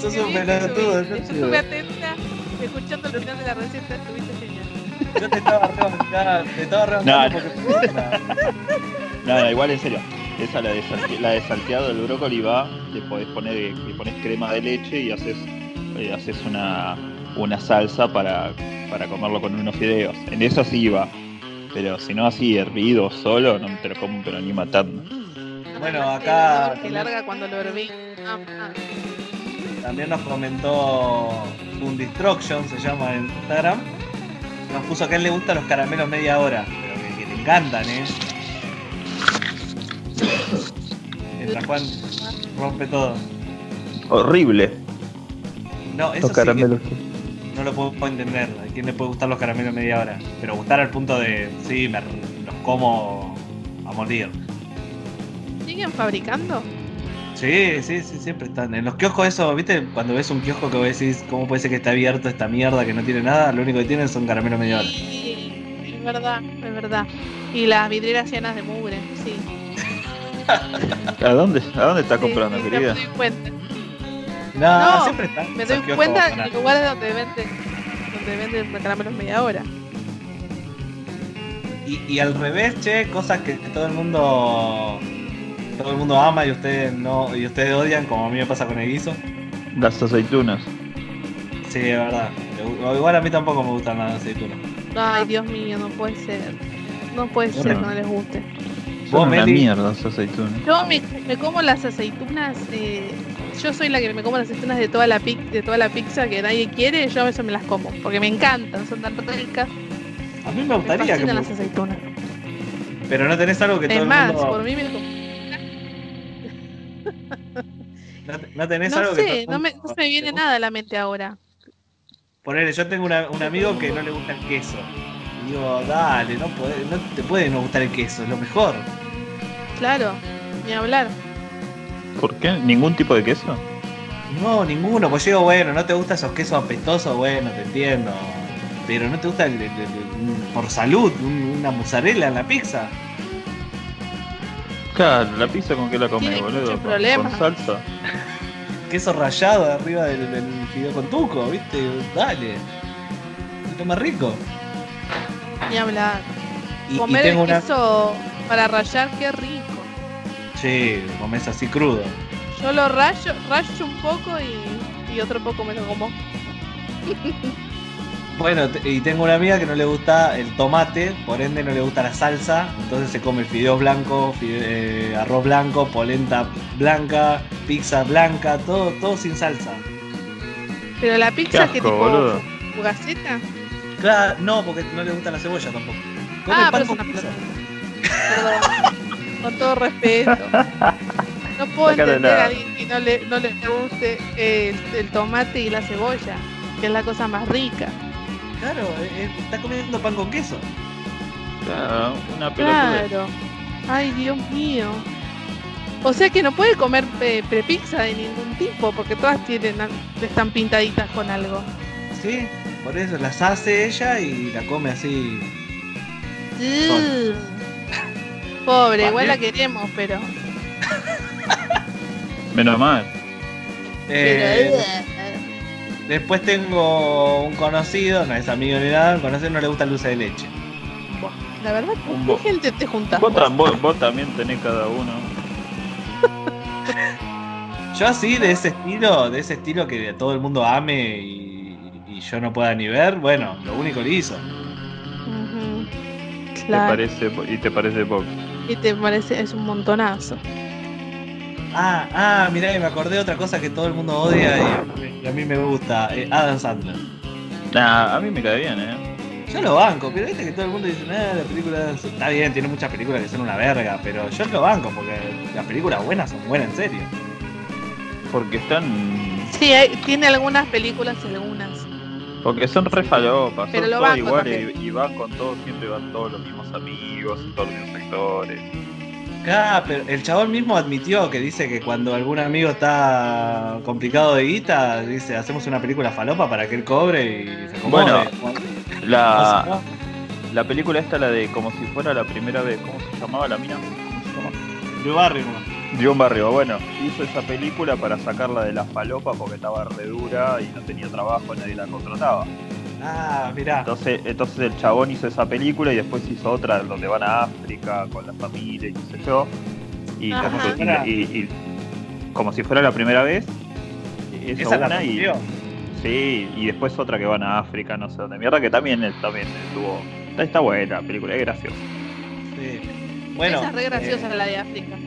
S3: Sos
S5: Sí,
S3: un
S5: sí,
S3: pelotudo,
S5: estuve-
S3: Nacho.
S5: Estuve atenta, escuchando el final de la receta, estuviste genial.
S3: Yo te estaba rebancando, te estaba rebancando porque...
S4: No, no, igual en serio. Esa la de, salte- la de salteado del brócoli va, le podés poner, eh, le pones crema de leche y haces, eh, haces una, una salsa para, para comerlo con unos fideos. En eso sí va. Pero si no así hervido solo, no te lo como pero ni matando.
S5: No
S3: Bueno,
S5: me mandaste
S3: acá-
S5: la Que larga cuando lo herví. Ah, ah.
S3: También nos comentó un Destruction, se llama en Instagram. Nos puso que a él le gustan los caramelos media hora, pero que, que le encantan, ¿eh? Mientras Juan rompe todo.
S4: Horrible.
S3: No, eso
S6: Los
S3: sí
S6: caramelos.
S3: que no lo puedo, puedo entender. ¿A quién le puede gustar los caramelos media hora? Pero gustar al punto de, sí, me r- los como a morir.
S5: ¿Siguen fabricando?
S3: Sí, sí, sí, siempre están. En los kioscos eso, ¿viste? Cuando ves un kiosco que vos decís, ¿cómo puede ser que está abierto esta mierda que no tiene nada? Lo único que tienen son caramelos media hora.
S5: Sí, es verdad, es verdad. Y las vidrieras llenas de mugre, sí.
S4: ¿A dónde, a dónde estás comprando,
S5: Sí, sí,
S4: querida?
S5: Me doy cuenta,
S3: No,
S5: No,
S3: siempre están.
S5: me
S3: esos
S5: doy
S3: kioscos
S5: cuenta
S3: para-
S5: en lugares donde venden, donde venden caramelos media hora.
S3: Y, y al revés, che, cosas que, que todo el mundo todo el mundo ama y ustedes no y ustedes odian, como a mí me pasa con el guiso.
S4: Las aceitunas.
S3: Sí, es verdad. O- Igual a mí tampoco me gustan las aceitunas. Ah.
S5: Ay, Dios mío, no puede ser. No puede ser que
S4: Bueno.
S5: no les guste.
S3: Vos,
S4: Son una
S3: Meli.
S4: mierda las aceitunas.
S5: Yo me, me como las aceitunas. eh, yo soy la que me como las aceitunas de toda la pic- de toda la pizza que nadie quiere. Yo a veces me las como porque me encantan, son tan ricas.
S3: A mí me
S5: Me
S3: gustaría que
S5: fascinan
S3: me
S5: las aceitunas.
S3: Pero no tenés algo que todo
S5: Es
S3: el
S5: más,
S3: mundo
S5: por mí me como-
S3: no, te- no tenés
S5: No
S3: algo que todo
S5: sé,
S3: el
S5: no me,
S3: mundo-
S5: no se me viene nada a la mente ahora.
S3: Ponele, yo tengo una- un amigo que no le gusta el queso. Y digo, dale, no, podés- no te puede no gustar el queso, es lo mejor.
S5: Claro, ni hablar.
S4: ¿Por qué? ¿Ningún tipo de queso?
S3: No, ninguno, pues yo digo, bueno, no te gustan esos quesos apestosos, bueno, te entiendo. Pero no te gusta el- el- el- por salud un- una mozzarella en la pizza.
S4: Claro, la pizza con qué la comes,
S5: Tiene
S4: boludo.
S5: muchos
S4: ¿Con,
S5: problemas.
S4: con salsa.
S3: Queso rallado arriba del, del fideo con tuco, ¿viste? Dale. Es lo más rico.
S5: Ni hablar.
S3: Y, y
S5: Comer
S3: tengo
S5: el
S3: una.
S5: queso para rallar, qué rico.
S3: Sí, comes así crudo.
S5: Yo lo rayo, rayo un poco y, y otro poco me lo como.
S3: Bueno, te- y tengo una amiga que no le gusta el tomate, por ende no le gusta la salsa, entonces se come el fideo blanco, fide- eh, arroz blanco, polenta blanca, pizza blanca, todo, todo sin salsa.
S5: Pero la
S4: Qué
S5: pizza que
S4: asco,
S5: tipo
S4: boludo.
S5: fugaceta.
S3: Claro, no, porque no le gusta la cebolla tampoco. Come
S5: Ah,
S3: pan
S5: pero es
S3: con
S5: una
S3: pizza.
S5: pizza. Perdón. Con todo respeto. No puedo
S4: La cara de
S5: entender
S4: nada.
S5: a alguien que no le, no le guste eh, el, el tomate y la cebolla, que es la cosa más rica.
S3: Claro, eh, eh, está comiendo pan con queso.
S4: Claro, una pelotudez.
S5: Claro. Ay, Dios mío. O sea que no puede comer eh, prepizza de ningún tipo, porque todas tienen al- están pintaditas con algo.
S3: Sí, por eso las hace ella y la come así.
S5: Mm. Pobre, igual
S3: Vale.
S5: la queremos, pero.
S4: Menos mal.
S3: Eh, después tengo un conocido, no es amigo ni nada, un conocido no le gusta el dulce de leche.
S5: pero, buah, la verdad, ¿con
S4: Un
S5: qué
S4: bo-
S5: gente te juntas?
S4: Vos, tam- vos- vos también tenés cada uno.
S3: Yo así, de ese estilo, de ese estilo que todo el mundo ame y, y yo no pueda ni ver, bueno, lo único que hizo.
S5: Ujú.
S4: Te
S5: Claro.
S4: parece, po- y te parece poco.
S5: Y te parece, es un montonazo.
S3: Ah, ah, mirá, y me acordé de otra cosa que todo el mundo odia y, y a mí me gusta, eh, Adam Sandler.
S4: Nah, a mí me cae bien, eh.
S3: Yo lo banco, pero viste que todo el mundo dice, ah, la película de Adam Sandler". está bien, tiene muchas películas que son una verga, pero yo lo banco porque las películas buenas son buenas en serio.
S4: Porque están.
S5: Sí, hay- tiene algunas películas, algunas.
S4: Porque son re falopas,
S5: Pero
S4: son
S5: lo
S4: todos
S5: banco
S4: iguales y, y van con todos, siempre van todos los mismos amigos, todos los mismos actores.
S3: Ah, pero el chabón mismo admitió que dice que cuando algún amigo está complicado de guita, dice,
S4: Ah.
S3: hacemos una película falopa para que él cobre y se acomode.
S4: Bueno, La,
S3: No,
S4: La película esta, la de como si fuera la primera vez, ¿cómo se llamaba la mina? ¿Cómo se llama?
S3: De barrio.
S4: Guión Barrio, bueno, hizo esa película para sacarla de la falopa porque estaba re dura y no tenía trabajo, nadie la contrataba.
S3: Ah, mirá.
S4: Entonces, entonces el chabón hizo esa película y después hizo otra donde van a África con la familia y qué sé yo. Y, como,
S5: Ajá.
S4: que- y- y- como si fuera la primera vez. Esa,
S3: Esa la
S4: una y,
S3: rompió.
S4: sí, y después otra que van a África, no sé dónde. Mierda que también, también estuvo. Está, está buena la película, es graciosa.
S3: Sí. Bueno,
S5: Esa es re graciosa la de África.
S3: eh,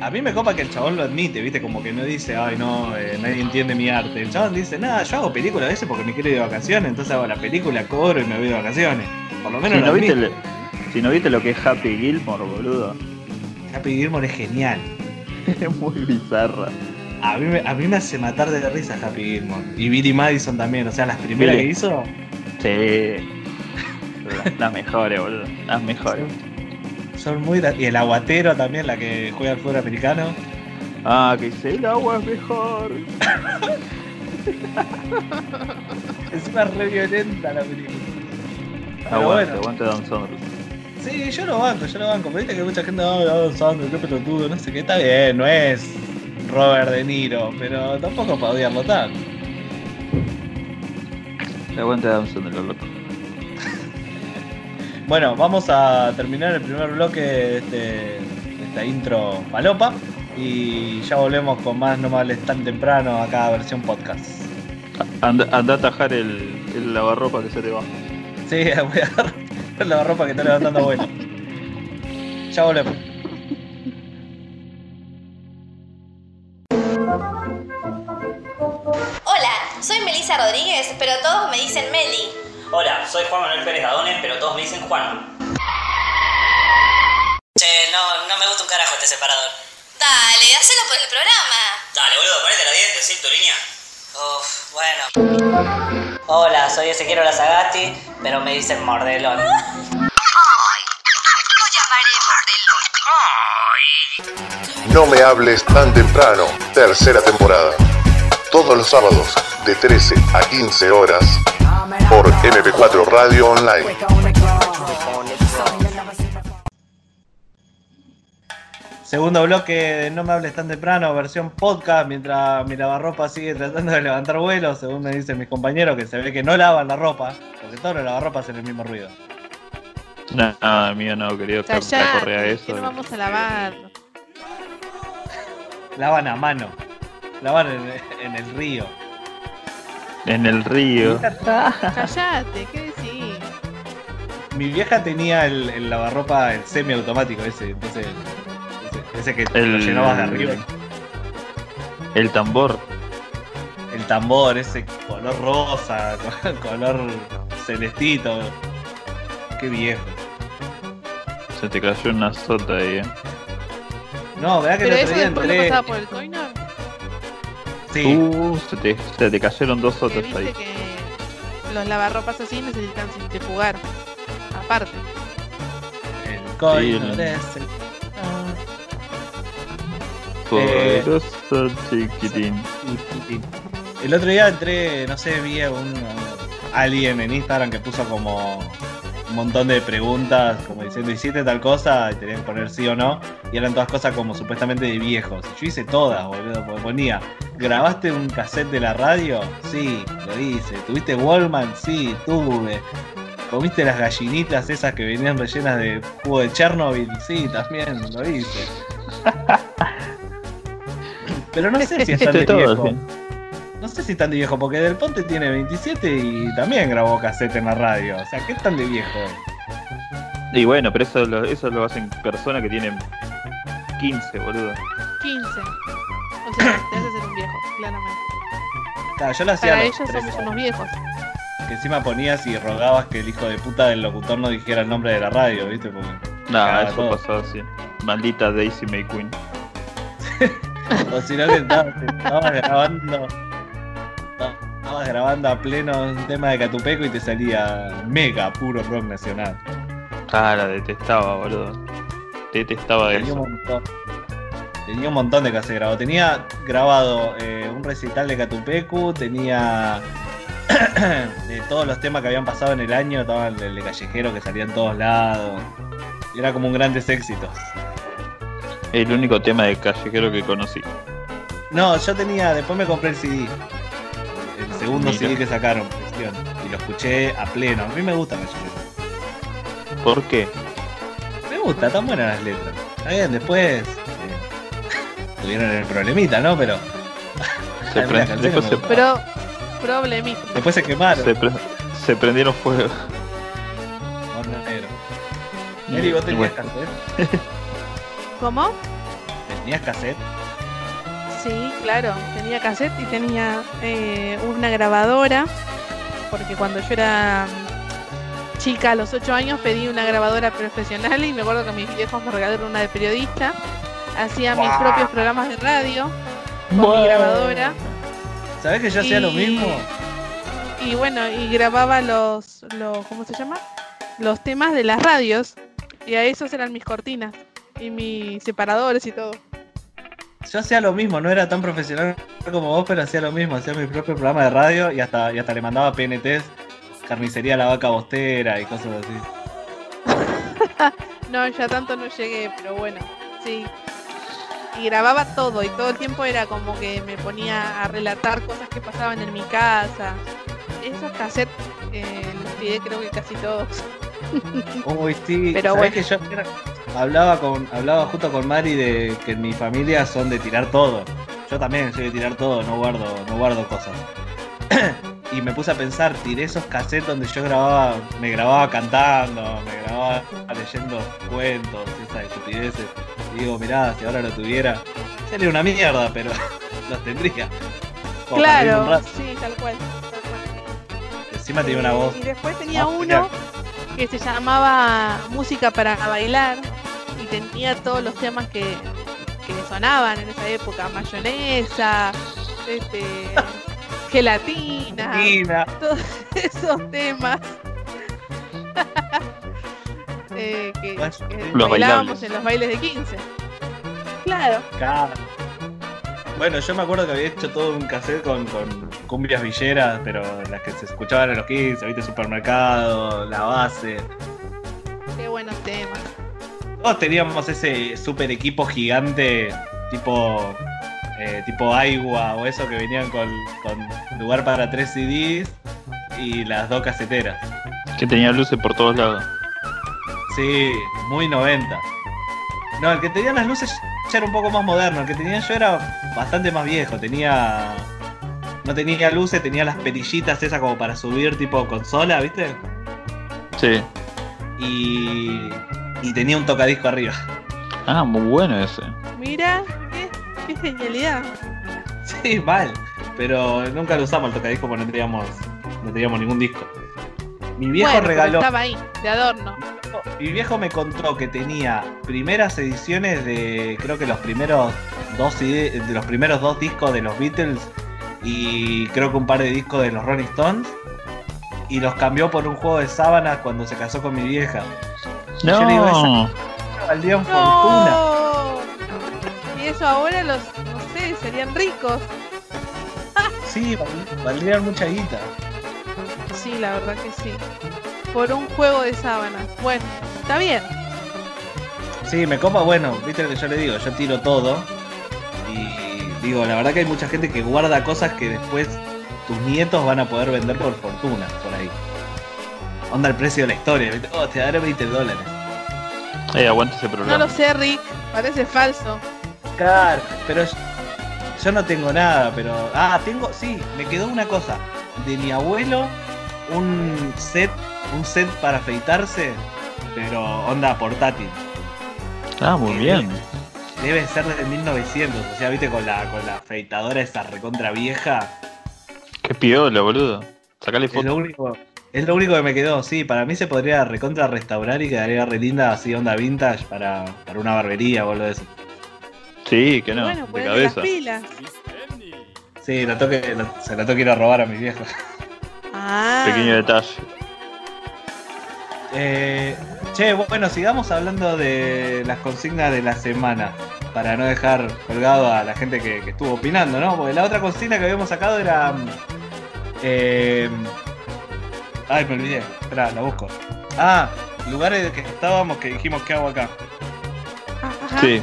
S3: a mí me copa que el chabón lo admite, ¿viste? Como que no dice, ay, no, eh, nadie entiende mi arte. El chabón dice, nada, yo hago películas a veces porque me quiero ir de vacaciones, entonces hago la película, cobro y me voy de vacaciones. Por lo menos
S4: Si
S3: lo
S4: no, viste
S3: admite.
S4: el- si no viste lo que es Happy Gilmore, boludo,
S3: Happy Gilmore es genial.
S4: es muy bizarra.
S3: A mí, me- a mí me hace matar de risa Happy Gilmore. Y Billy Madison también, o sea, las primeras
S4: Billy.
S3: que hizo.
S4: Sí. Las- Las mejores, boludo. Las mejores.
S3: Son muy. gra- Y el aguatero también, la que juega al fútbol americano.
S4: Ah, que dice, el agua es mejor.
S3: Es una re violenta la película. Pero
S4: Aguante,
S3: Ah, bueno.
S4: aguante Don Summer.
S3: Sí, yo lo banco, yo lo banco. Pero viste que mucha gente "Ah, va a Sandro, qué pelotudo, no sé qué. Está bien, no es Robert De Niro, pero tampoco para odiarlo tanto.
S4: Aguante Adam Sandler, loco.
S3: Bueno, vamos a terminar el primer bloque de, este- de esta intro palopa. Y ya volvemos con más No me hables tan temprano acá, versión podcast.
S4: Anda, anda a tajar el, el lavarropa que se te va.
S3: Sí, voy a agarrar la ropa que está levantando bueno. Ya volvemos.
S6: Hola, soy Melissa Rodríguez, pero todos me dicen Meli.
S7: Hola, soy Juan Manuel Pérez Dadones, pero todos me dicen Juan. Che, no, no me gusta un carajo este separador.
S6: Dale, hacelo por el programa.
S7: Dale, boludo, ponete los dientes, sí, tu línea. Uf, bueno. Hola, soy Ezequiel Lazagasti, pero me dicen Mordelón.
S6: Lo llamaré Mordelón.
S8: No me hables tan temprano, tercera temporada. Todos los sábados de 13 a 15 horas por MP4 Radio Online.
S3: Segundo bloque de No me hables tan temprano, versión podcast, mientras mi lavarropa sigue tratando de levantar vuelo, según me dicen mis compañeros, que se ve que no lavan la ropa, porque todos los lavarropas hacen el mismo ruido.
S4: Nada, mío no, querido.
S5: Ya,
S4: Está correa
S5: ya,
S4: eso.
S5: que no vamos a lavar.
S3: Lavan a mano, lavan en, en el río.
S4: En el río.
S5: Callate, ¿qué decís?
S3: Mi vieja tenía el, el lavarropa, el semiautomático ese, entonces, ese, ese que lo
S4: El-
S3: llenabas de arriba.
S4: El tambor.
S3: El tambor, ese color rosa, color celestito. Qué viejo.
S4: Se te cayó una sota ahí, eh.
S3: No, ¿verdad que
S5: Pero
S3: el otro
S5: eso
S3: día
S5: después lo
S3: entré?
S5: pasaba por el coinor.
S3: Sí,
S4: Uh, se te, se te cayeron dos
S5: Que
S4: sotas ahí.
S5: viste que los lavarropas así necesitan centrifugar. Aparte.
S3: el coin
S4: Sí, el-
S3: ese.
S5: Ah.
S3: Eh.
S4: Poderoso chiquitín.
S3: El otro día entré, no sé, vi a un alguien en Instagram que puso como un montón de preguntas, como diciendo, ¿hiciste tal cosa? Y tenías que poner sí o no. Y eran todas cosas como supuestamente de viejos. Y Yo hice todas, boludo, porque ponía, ¿grabaste un cassette de la radio? Sí, lo hice. ¿Tuviste Wallman? Sí, tuve. ¿Comiste las gallinitas esas que venían rellenas de jugo de Chernobyl? Sí, también, lo hice. Pero no sé si es tan
S4: Esto
S3: de
S4: es todo,
S3: viejo.
S4: sí.
S3: No sé si tan de viejo, porque Del Ponte tiene 27 y también grabó cassette en la radio. O sea, ¿qué tan de viejo?
S4: Y bueno, pero eso lo, eso lo hacen personas que tienen 15, boludo.
S5: 15. O sea, te hace ser un viejo, claramente.
S3: Claro, yo lo hacía.
S5: Para
S3: a
S5: ellos
S3: los 13,
S5: somos unos viejos.
S3: Que encima ponías y rogabas que el hijo de puta del locutor no dijera el nombre de la radio, ¿viste? Porque
S4: Nah,
S3: Ah,
S4: eso
S3: todo.
S4: pasó así. Maldita Daisy May Queen.
S3: O si no, que estabas, estabas grabando. Estabas grabando a pleno un tema de Catupeco y te salía mega puro rock nacional.
S4: Ah, la detestaba, boludo. Detestaba
S3: Tenía un
S4: eso.
S3: montón. Tenía un montón de cassettes grabados. Tenía grabado eh, un recital de Catupecu, tenía de todos los temas que habían pasado en el año, estaba el de Callejero que salía en todos lados. Era como un grandes éxitos.
S4: El único tema de callejero que conocí.
S3: No, yo tenía, después me compré el CD. El segundo
S4: Mira.
S3: CD que sacaron, cuestión, y lo escuché a pleno. A mí me gusta Callejero.
S4: ¿Por qué?
S3: Me gusta, tan buenas las letras. Está bien, después eh, tuvieron el problemita, ¿no? Pero
S4: Se
S3: Hay una
S4: prend-
S3: canción que
S4: Después
S3: me
S4: se,
S3: gusta.
S5: Pero, problemita.
S3: después se quemaron.
S4: se pre- se prendieron fuego.
S3: Horno negro. Neri, ¿vos tenías
S4: Bueno,
S3: cassette?
S5: ¿Cómo?
S3: ¿Tenías cassette?
S5: Sí, claro. Tenía cassette y tenía eh, una grabadora. Porque cuando yo era mm, chica, a los 8 años, pedí una grabadora profesional y me acuerdo que mis viejos me regalaron una de periodista. Hacía mis
S2: Guau.
S5: propios programas de radio con mi grabadora.
S3: ¿Sabés que yo hacía lo
S5: Y-
S3: mismo?
S5: Y bueno, y grababa los, los ¿cómo se llama? Los temas de las radios. Y a esos eran mis cortinas y mis separadores y todo.
S3: Yo hacía lo mismo, no era tan profesional como vos, pero hacía lo mismo, hacía mi propio programa de radio y hasta, y hasta le mandaba PNTs, carnicería a la vaca bostera y cosas así.
S5: No, ya tanto no llegué, pero bueno, sí. Y grababa todo, y todo el tiempo era como que me ponía a relatar cosas que pasaban en mi casa. Esos cassettes eh, los tiré creo que casi todos.
S3: Uy, Oh, sí,
S5: Pero
S3: ¿sabés que yo era- hablaba con, hablaba justo con Mari de que en mi familia son de tirar todo. Yo también soy de tirar todo, no guardo, no guardo cosas. y me puse a pensar, tiré esos cassettes donde yo grababa, me grababa cantando, me grababa leyendo cuentos, esas estupideces. Y digo, mirá, si ahora lo tuviera, sería una mierda, pero los tendría. Como para reírme un
S5: claro,
S3: rato.
S5: sí, tal cual. Tal cual.
S3: Encima tenía una
S5: Eh,
S3: voz.
S5: Y después tenía
S3: más
S5: uno que se llamaba Música para bailar y tenía todos los temas que, que sonaban en esa época, mayonesa, este, gelatina.
S3: Argentina.
S5: esos temas Eh, que,
S3: Los
S5: que
S4: bailables.
S5: bailábamos en los bailes de 15. Claro,
S3: Claro. Bueno, yo me acuerdo que había hecho todo un cassette con, con cumbias villeras, pero las que se escuchaban en los 15, viste, supermercado, la base.
S5: qué buenos temas.
S3: Todos teníamos ese super equipo gigante, tipo eh, tipo Aiwa o eso, que venían con, con lugar para tres CDs y las dos caseteras.
S4: Que tenía luces por todos lados.
S3: Sí, muy 90. No, el que tenía las luces ya era un poco más moderno. El que tenía yo era bastante más viejo. Tenía. No tenía luces, tenía las perillitas esas como para subir tipo consola, ¿viste?
S4: Sí.
S3: Y. Y tenía un tocadisco arriba.
S4: Ah, muy bueno ese.
S5: Mira, qué, qué genialidad.
S3: Sí, mal. Pero nunca lo usamos el tocadisco porque no teníamos, no teníamos ningún disco. Mi viejo
S5: Bueno, pero
S3: regaló.
S5: Estaba ahí, de adorno.
S3: Mi viejo me contó que tenía primeras ediciones de creo que los primeros dos CD de los primeros dos discos de los Beatles y creo que un par de discos de los Rolling Stones y los cambió por un juego de sábanas cuando se casó con mi vieja. Yo le digo
S4: No.
S3: esa. Valdían fortuna.
S5: No. Y eso ahora los, no sé, serían ricos.
S3: Sí, val- valdrían mucha guita.
S5: Sí, la verdad que sí. Por un juego de sábanas. Bueno, está bien.
S3: Sí, me copa, bueno, viste lo que yo le digo, yo tiro todo. Y digo, la verdad que hay mucha gente que guarda cosas que después tus nietos van a poder vender por fortuna, por ahí. Onda el precio de la historia, ¿viste? Oh, te daré 20 dólares.
S4: Eh, aguanta ese
S5: No
S4: programa.
S5: lo sé, Rick. Parece falso.
S3: Claro, pero yo, yo no tengo nada, pero. Ah, tengo. Sí, me quedó una cosa. De mi abuelo, un set, un set para afeitarse, pero onda portátil.
S4: Ah, muy bien.
S3: Debe ser de 1900, o sea, viste, con la, con la afeitadora esa recontra vieja.
S4: Qué piola, boludo. Sacale
S3: Es
S4: foto.
S3: lo, único, es lo único que me quedó, sí, para mí se podría recontra restaurar y quedaría re linda así onda vintage para, para una barbería o algo de eso.
S4: Sí, que no. de
S5: bueno, ponete las
S4: cabeza.
S5: pilas.
S3: Sí, la toque, la- se la toque ir a robar a mis viejos.
S5: Ah.
S4: Pequeño detalle.
S3: Eh, che, bueno, sigamos hablando de las consignas de la semana, para no dejar colgado a la gente que, que estuvo opinando, ¿no? Porque la otra consigna que habíamos sacado era mm, Eh, ay, me olvidé. Espera, la busco. Ah, lugares de que estábamos que dijimos que hago acá.
S5: Ajá.
S4: Sí.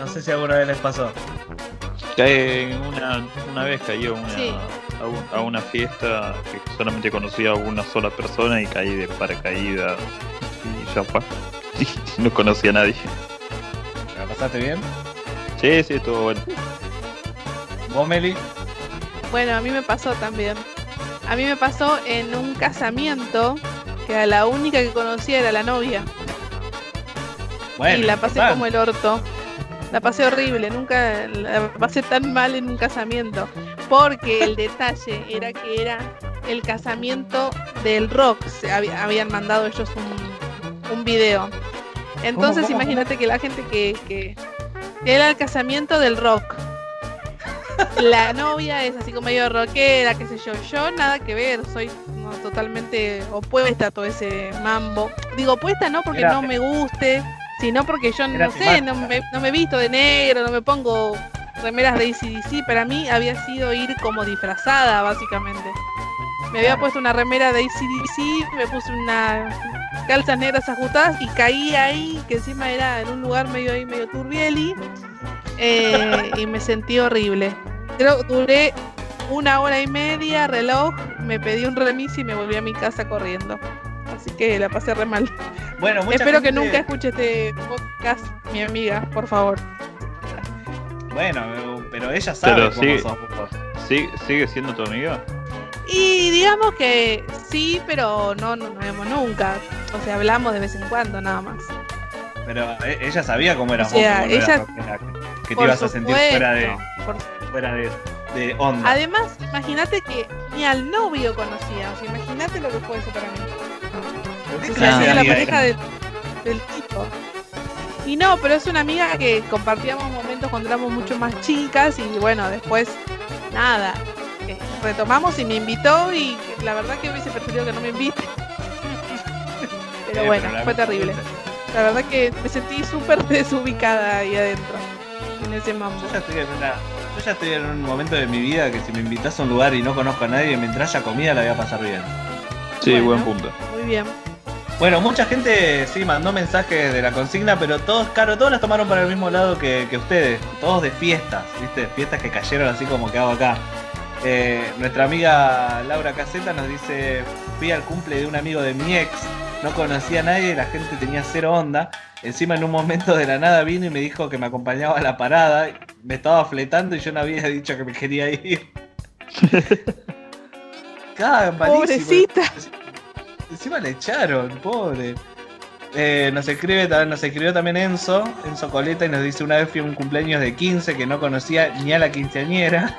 S3: No sé si alguna vez les pasó.
S4: Eh, una, una vez caí a una,
S5: Sí.
S4: a, un- a una fiesta que solamente conocía a una sola persona y caí de paracaídas y ya fue. no conocía a nadie.
S3: ¿La pasaste bien?
S4: Sí, sí, estuvo bueno.
S3: ¿Vos, Meli?
S5: Bueno, a mí me pasó también. A mí me pasó en un casamiento que a la única que conocía era la novia.
S3: Bueno.
S5: y la pasé
S3: total.
S5: como el orto. La pasé horrible, nunca la pasé tan mal en un casamiento. Porque el detalle era que era el casamiento del rock. se habi- habían mandado ellos un, un video. Entonces
S3: cómo,
S5: imagínate que la gente que, que- que era el casamiento del rock. La novia es así como medio rockera, qué sé yo. Yo nada que ver, soy no, totalmente opuesta a todo ese mambo. Digo opuesta no porque
S3: Era-
S5: no me guste, sino porque yo
S3: Era
S5: no
S3: tu
S5: sé,
S3: marca.
S5: no me, no me visto de negro, no me pongo remeras de ACDC. Para mí había sido ir como disfrazada, básicamente. Me había
S3: Claro.
S5: puesto una remera de ACDC, me puse una calzas negras ajustadas y caí ahí, que encima era en un lugar medio ahí, medio turbieli, eh, y me sentí horrible. Creo que duré una hora y media, reloj, me pedí un remis y me volví a mi casa corriendo. Así que la pasé re mal.
S3: Bueno, mucha
S5: Espero que
S3: gente-
S5: nunca escuche este podcast, mi amiga, por favor.
S3: Bueno, pero ella sabe
S4: Pero
S3: cómo
S4: sigue-
S3: sos vos.
S4: ¿Sí- ¿Sigue siendo tu amiga?
S5: Y digamos que sí, pero no no nos vemos nunca. O sea, hablamos de vez en cuando nada más.
S3: Pero eh, ella sabía cómo eras
S5: O sea,
S3: vos. que vos no
S5: ella-
S3: eras rockera, que- que te
S5: Por
S3: ibas a sentir fuera de,
S5: supuesto, por-
S3: fuera de, de onda.
S5: Además, imagínate que ni al novio conocía. O sea, imagínate lo que fue eso para mí.
S3: ¿Qué
S5: O
S3: clase
S5: sea,
S3: de
S5: yo era la
S3: amiga eh.
S5: pareja
S3: era?
S5: de- del tipo. Y no, pero es una amiga que compartíamos momentos cuando éramos mucho más chicas y bueno, después nada. eh, Retomamos y me invitó y la verdad que hubiese preferido que no me invite. Pero
S3: Eh,
S5: bueno,
S3: pero la-
S5: fue terrible. La verdad que me sentí súper desubicada ahí adentro. En ese mambo.
S3: Yo ya, estoy en una- yo ya estoy en un momento de mi vida que si me invitas a un lugar y no conozco a nadie, mientras haya comida la voy a pasar bien.
S4: Sí,
S5: Bueno.
S4: buen punto.
S5: Muy bien.
S3: Bueno, mucha gente sí mandó mensajes de la consigna, pero todos, claro, todos las tomaron para el mismo lado que, que ustedes. Todos de fiestas, ¿viste? Fiestas que cayeron así como que hago acá. Eh, nuestra amiga Laura Caseta nos dice: Fui al cumple de un amigo de mi ex, no conocía a nadie, la gente tenía cero onda. Encima, en un momento de la nada vino y me dijo que me acompañaba a la parada. Me estaba fletando y yo no había dicho que me quería ir. Cagan, malísimo.
S5: Pobrecita.
S3: Encima le echaron, pobre. Eh, nos, escribe, ta- nos escribió también Enzo, Enzo Coleta, y nos dice: Una vez fui a un cumpleaños de 15 que no conocía ni a la quinceañera.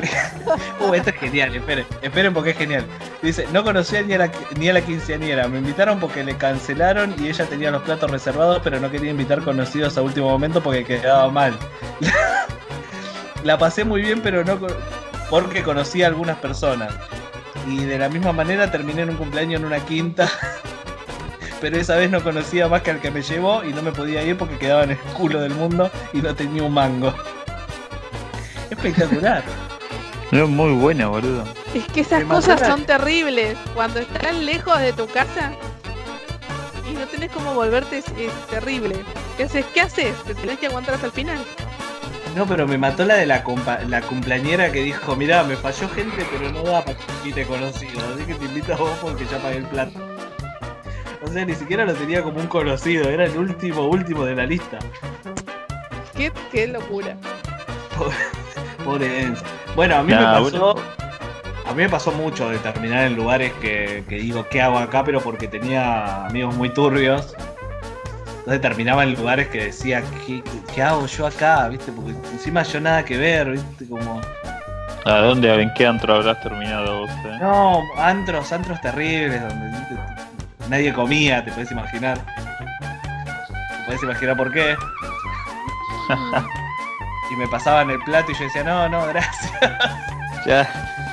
S3: uh, esto es genial, esperen, esperen porque es genial. Dice: No conocía ni a, la, qui- ni a la quinceañera. Me invitaron porque le cancelaron y ella tenía los platos reservados, pero no quería invitar conocidos a último momento porque quedaba mal. la pasé muy bien, pero no co- porque conocí a algunas personas. Y de la misma manera terminé en un cumpleaños en una quinta. Pero esa vez no conocía más que al que me llevó y no me podía ir porque quedaba en el culo del mundo y no tenía un mango. Espectacular.
S4: No, muy buena, boludo.
S5: Es que esas
S3: Te
S5: cosas
S3: mataron.
S5: son terribles. Cuando estás lejos de tu casa y no tenés cómo volverte, es, es terrible. ¿Qué haces? ¿Qué haces? Te tenés que aguantar hasta el final.
S3: No, pero me mató la de la, compa- la cumpleañera que dijo, mirá, me falló gente, pero no da para que te invite conocido. Así que te invito a vos porque ya pagué el plato. O sea, ni siquiera lo tenía como un conocido, era el último, último de la lista.
S5: Qué, qué locura.
S3: Pobre Enzo. Bueno, a mí
S4: Nah,
S3: me pasó. A mí me pasó mucho de terminar en lugares que, que digo, ¿qué hago acá? Pero porque tenía amigos muy turbios. Entonces terminaba en lugares que decía, ¿qué, qué hago yo acá? ¿Viste? Porque encima yo nada que ver, ¿viste? Como.
S4: ¿A dónde, en qué antro habrás terminado vos? eh?
S3: No, antros, antros terribles donde ¿viste? nadie comía, te puedes imaginar. Te puedes imaginar por qué. Y me pasaban el plato y yo decía, no, no, gracias.
S4: Ya,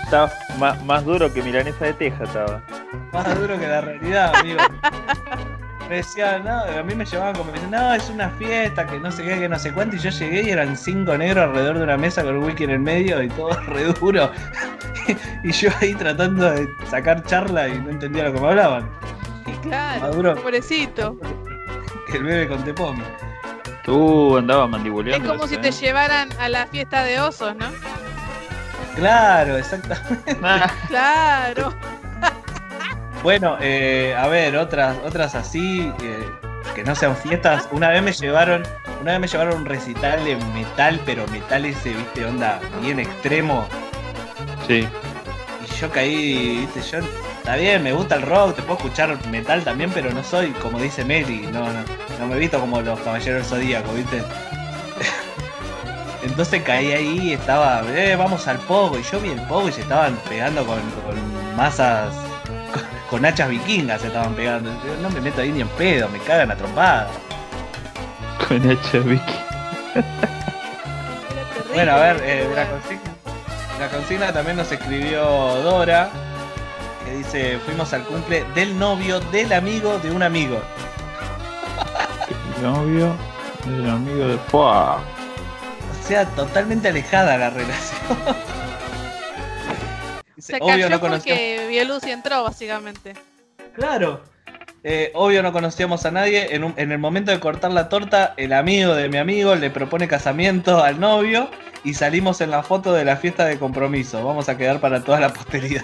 S4: estaba más, más duro que milanesa de teja estaba.
S3: Más duro que la realidad, amigo. me decían, no, a mí me llevaban como, me decían, no, es una fiesta, que no sé qué, que no sé cuánto, y yo llegué y eran cinco negros alrededor de una mesa con un wiki en el medio y todo re duro. y yo ahí tratando de sacar charla y no entendía lo que me hablaban.
S5: Y claro,
S3: Maduro.
S5: pobrecito.
S3: El bebé con tepón.
S4: Tú andabas
S5: Es
S4: Uh, mandibuleando. ¿eh?
S5: como si te llevaran a la fiesta de osos, ¿no?
S3: Claro, exactamente.
S5: Claro.
S3: Bueno, eh, a ver, otras, otras así, eh, que no sean fiestas. Una vez me llevaron, una vez me llevaron a un recital de metal, pero metal ese, viste, onda, bien extremo.
S4: Sí.
S3: Y yo caí, viste, yo, está bien, me gusta el rock, te puedo escuchar metal también, pero no soy, como dice Meli, no, no, no me he visto como los caballeros zodíacos, viste. Entonces caí ahí, estaba, eh, vamos al pogo, y yo vi el pogo y se estaban pegando con, con masas, con, con hachas vikingas se estaban pegando. Yo, no me meto ahí ni en pedo, me cagan a trompada.
S4: Con H. Vicky.
S5: Era terrible,
S3: Bueno, a ver, eh,
S5: boludo.
S3: la consigna. La consigna también nos escribió Dora, que dice, fuimos al cumple del novio del amigo de un amigo.
S4: El novio del amigo de Fua.
S3: O sea, totalmente alejada la relación.
S5: Se
S3: Dice,
S5: cayó
S3: obvio no conocíamos.
S5: porque Bielusi entró, básicamente.
S3: Claro. Eh, obvio no conocíamos a nadie. En, un- en el momento de cortar la torta, el amigo de mi amigo le propone casamiento al novio y salimos en la foto de la fiesta de compromiso. Vamos a quedar para toda la posteridad.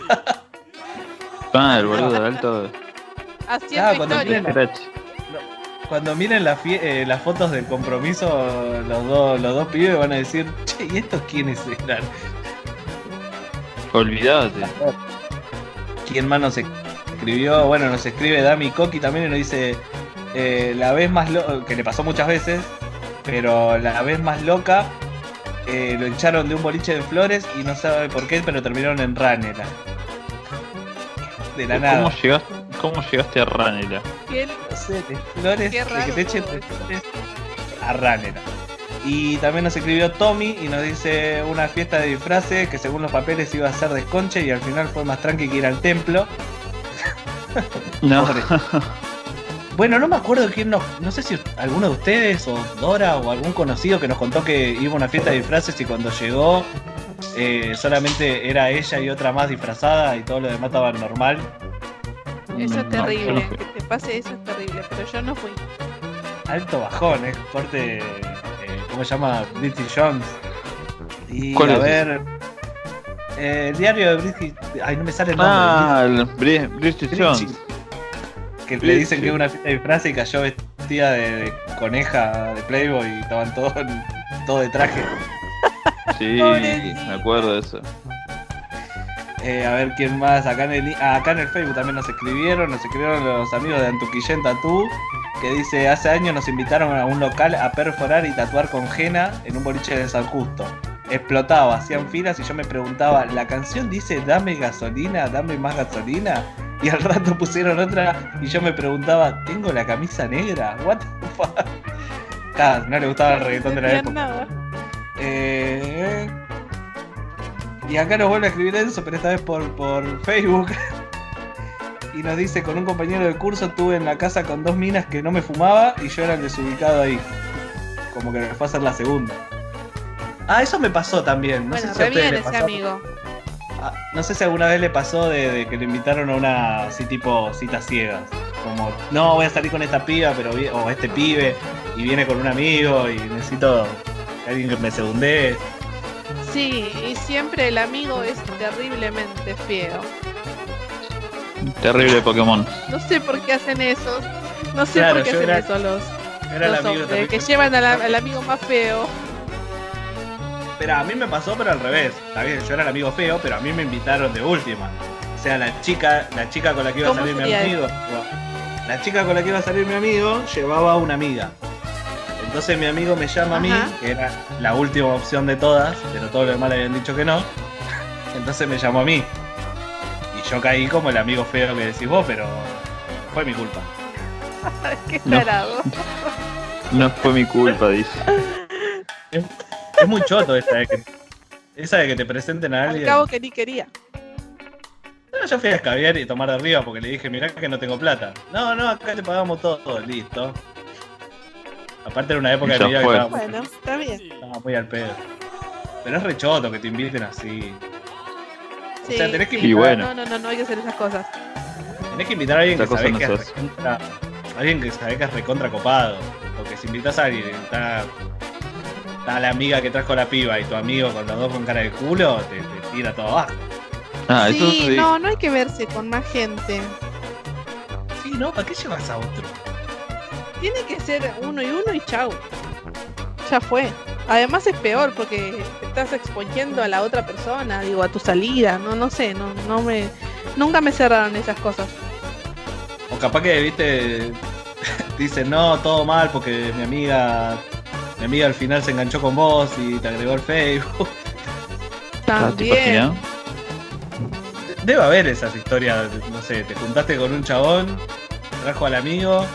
S4: Ah, el boludo de alto.
S5: Haciendo
S3: Ah, cuando
S5: historia.
S3: entrena.
S4: Crache.
S3: Cuando miren la fie- eh, las fotos del compromiso, los dos, los dos pibes van a decir, che, ¿y estos quiénes eran?
S4: Olvídate.
S3: ¿Quién más nos escribió? Bueno, nos escribe Dami Coqui también y nos dice, eh, la vez más loca, que le pasó muchas veces, pero la vez más loca, eh, lo echaron de un boliche de flores y no sabe por qué, pero terminaron en Ranela. De la nada.
S4: ¿Cómo llegaste, ¿Cómo llegaste a Ranela?
S5: ¿Quién?
S3: no sé, de flores,
S5: Qué
S3: de que
S5: raro
S3: te echen
S5: todo
S3: de
S5: eso.
S3: flores a Ranera. Y también nos escribió Tommy y nos dice una fiesta de disfraces que según los papeles iba a ser desconche y al final fue más tranqui que ir al templo.
S4: No,
S3: Pobre. Bueno, no me acuerdo quién nos. No sé si alguno de ustedes o Dora o algún conocido que nos contó que iba a una fiesta de disfraces y cuando llegó eh, solamente era ella y otra más disfrazada y todo lo demás estaba normal.
S5: Eso es
S4: No, yo
S5: terrible.
S4: no fui.
S5: que te pase eso es terrible. Pero yo no fui.
S3: Alto bajón, es corte. eh, ¿Cómo se llama? Britney Jones. Y
S4: ¿Cuál
S3: a
S4: es?
S3: ver. eh, el diario de Britney. Ay, no me sale el nombre.
S4: Ah, el Bri- Bridget
S3: Britney-
S4: Jones.
S3: Que le dicen
S4: Britney.
S3: que es una fiesta de disfraces y cayó vestida de, de coneja de Playboy y estaban todos en- todo de traje.
S4: Sí,
S5: Pobrecito.
S4: me acuerdo de eso.
S3: Eh, a ver quién más. Acá en, el, ah, acá en el Facebook también nos escribieron. Nos escribieron los amigos de Antuquillén Tatú. Que dice: Hace años nos invitaron a un local a perforar y tatuar con Jena en un boliche de San Justo. Explotaba, hacían filas y yo me preguntaba: ¿la canción dice dame gasolina, dame más gasolina? Y al rato pusieron otra y yo me preguntaba: ¿tengo la camisa negra? ¿What the fuck? Ah, no le gustaba el reggaetón de la
S5: entendía
S3: época.
S5: nada.
S3: Eh, y acá nos vuelve a escribir Enzo, pero esta vez por, por Facebook. Y nos dice, con un compañero de curso estuve en la casa con dos minas que no me fumaba y yo era el desubicado ahí. Como que me fue a hacer la segunda. Ah, eso me pasó también. No
S5: bueno,
S3: sé si a
S5: re
S3: ustedes
S5: bien
S3: les
S5: ese
S3: pasó.
S5: amigo.
S3: Ah, no sé si alguna vez le pasó de, de que le invitaron a una así tipo citas ciegas. Como, no, voy a salir con esta piba, pero vi- o este pibe, y viene con un amigo y necesito que alguien que me segundee.
S5: Sí, y siempre el amigo es terriblemente feo.
S4: Terrible Pokémon.
S5: No sé por qué hacen eso. No sé
S3: Claro,
S5: por qué
S3: yo
S5: hacen
S3: era-
S5: eso los,
S3: Era el
S5: los
S3: amigo
S5: hombres,
S3: también.
S5: que llevan a la- al amigo más feo.
S3: Pero a mí me pasó, pero al revés. Está bien, yo era el amigo feo, pero a mí me invitaron de última. O sea, la chica, la chica con la que iba a
S5: ¿Cómo
S3: salir mi
S5: sería
S3: amigo. La chica con la que iba a salir mi amigo llevaba a una amiga. Entonces mi amigo me llama a mí,
S5: Ajá.
S3: que era la última opción de todas, pero todos los demás le habían dicho que no. Entonces me llamó a mí. Y yo caí como el amigo feo que decís vos, pero fue mi culpa.
S5: qué
S4: No.
S5: tarado.
S4: No fue mi culpa, dice.
S3: Es muy choto esa de que, esa de que te presenten a
S5: Al
S3: alguien.
S5: cabo que ni quería.
S3: No, yo fui a escabiar y tomar de arriba porque le dije, mirá que no tengo plata. No, no, acá te pagamos todo, todo, listo. Aparte era una época de
S4: Ya
S3: mi vida que
S4: fue.
S3: estaba,
S9: Bueno, está bien.
S3: estaba muy al pedo. Pero es rechoto que te inviten así. O sea, tenés que
S4: Y bueno.
S5: No, no, no, no hay que hacer esas cosas.
S3: Tenés que invitar a alguien que
S4: Esa cosa
S3: sabe
S4: no
S3: que, es
S4: sos.
S3: recontra, alguien que sabe que es recontra copado. Porque si invitas a alguien, está, está la amiga que trajo la piba y tu amigo con los dos con cara de culo, te, te tira todo abajo.
S4: Ah, eso
S5: sí,
S4: sí.
S5: no, no hay que verse con más gente.
S3: Sí, ¿no? ¿Para qué llevas a otro?
S5: Tiene que ser uno y uno y chau. Ya fue. Además es peor porque te estás exponiendo a la otra persona, digo, a tu salida, no, no sé, no, no me, nunca me cerraron esas cosas.
S3: O capaz que, viste, dice, no, todo mal porque mi amiga, mi amiga al final se enganchó con vos y te agregó el Facebook.
S4: Ah, ¿te
S5: También.
S4: imaginas?
S3: Debe haber esas historias, no sé, te juntaste con un chabón, trajo al amigo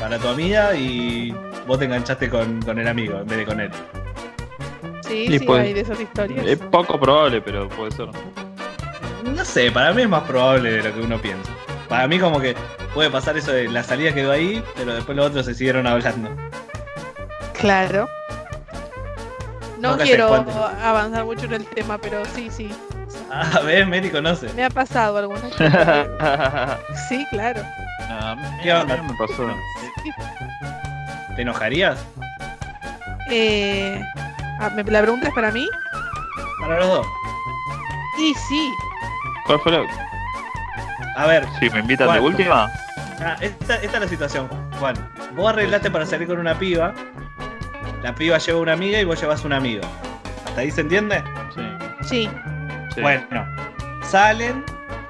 S3: para tu amiga y vos te enganchaste con, con el amigo en vez de con él.
S5: Sí,
S4: Y
S5: sí,
S4: pues-
S5: hay de esas historias.
S4: Es poco probable, pero puede ser.
S3: No sé, para mí es más probable de lo que uno piensa. Para mí como que puede pasar eso de la salida quedó ahí, pero después los otros se siguieron hablando.
S5: Claro. No
S3: Nunca se
S5: quiero
S3: encuentran.
S5: avanzar mucho en el tema, pero sí, sí.
S3: A ver, Mary conoce.
S5: Me ha pasado alguna.
S4: no,
S5: Sí, claro.
S4: a mí-
S3: ¿Qué
S4: a
S3: onda?
S4: mí Ah, no me pasó.
S3: ¿Te enojarías?
S5: Eh, ah, ¿me- ¿La pregunta es para mí?
S3: Para los dos.
S5: Y sí.
S4: ¿Cuál fue la.?
S3: A ver,
S4: Si me invitan de
S3: ¿Cuál?
S4: última.
S3: ah, esta, esta es la situación, Juan. Vos arreglaste para salir con una piba, la piba lleva una amiga y vos llevas un amigo. ¿Hasta ahí se entiende?
S4: Sí,
S5: Sí,
S4: sí.
S3: Bueno, salen.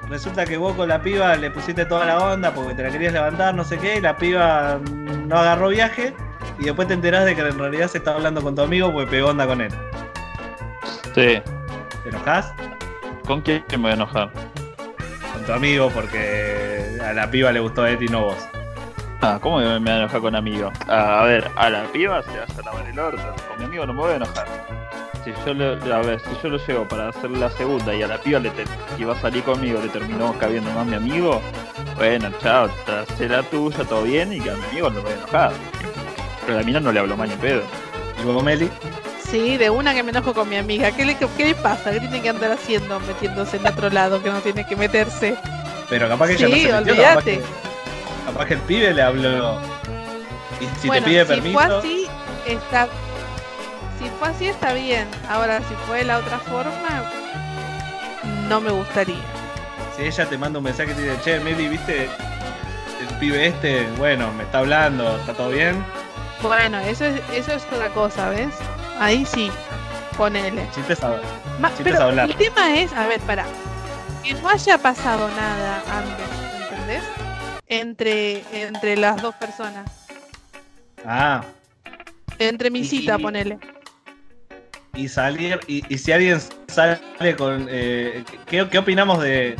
S3: Resulta que vos con la piba le pusiste toda la onda porque te la querías levantar, no sé qué, y la piba mm, no agarró viaje. Y después te enterás de que en realidad se estaba hablando con tu amigo porque pegó onda con él.
S4: Sí.
S3: ¿Te enojás?
S4: ¿Con quién me voy a enojar?
S3: Con tu amigo porque a la piba le gustó Eti, no vos.
S4: Ah, ¿cómo me voy a enojar con amigo? Ah, a ver, a la piba se vas a lavar el orto. Con mi amigo no me voy a enojar. Si yo lo, a ver, si yo lo llevo para hacer la segunda y a la piba le te- que iba a salir conmigo le terminó cabiendo más mi amigo, bueno, chao, ta- será tuya, todo bien y que a mi amigo no me voy a enojar. Pero a la mina no le hablo mal ni en pedo.
S3: ¿Y vos, Meli?
S5: sí, de una que me enojo con mi amiga. ¿Qué le, qué le pasa? ¿Qué tiene que andar haciendo metiéndose en otro lado que no tiene que meterse?
S3: Pero capaz que
S5: Sí,
S3: ella no se metió, capaz,
S5: olvídate.
S3: que, capaz que el pibe le habló. Y si
S5: bueno,
S3: te pide
S5: si
S3: permiso.
S5: fue así, está. Si fue así, está bien. Ahora, si fue de la otra forma, no me gustaría.
S3: Si ella te manda un mensaje y te dice, che, Meli, viste, el pibe este, bueno, me está hablando, ¿está todo bien?
S5: Bueno, eso es, eso es otra cosa, ¿ves? Ahí sí, ponele.
S3: Si te sabe.
S5: Ma-
S3: Si
S5: pero
S3: empieza a hablar.
S5: el tema es, a ver, para que no haya pasado nada antes, ¿entendés? Entre, entre las dos personas.
S3: Ah,
S5: Entre mi
S3: Y-
S5: cita, ponele.
S3: y salir, y, y si alguien sale con. eh, ¿qué, qué opinamos de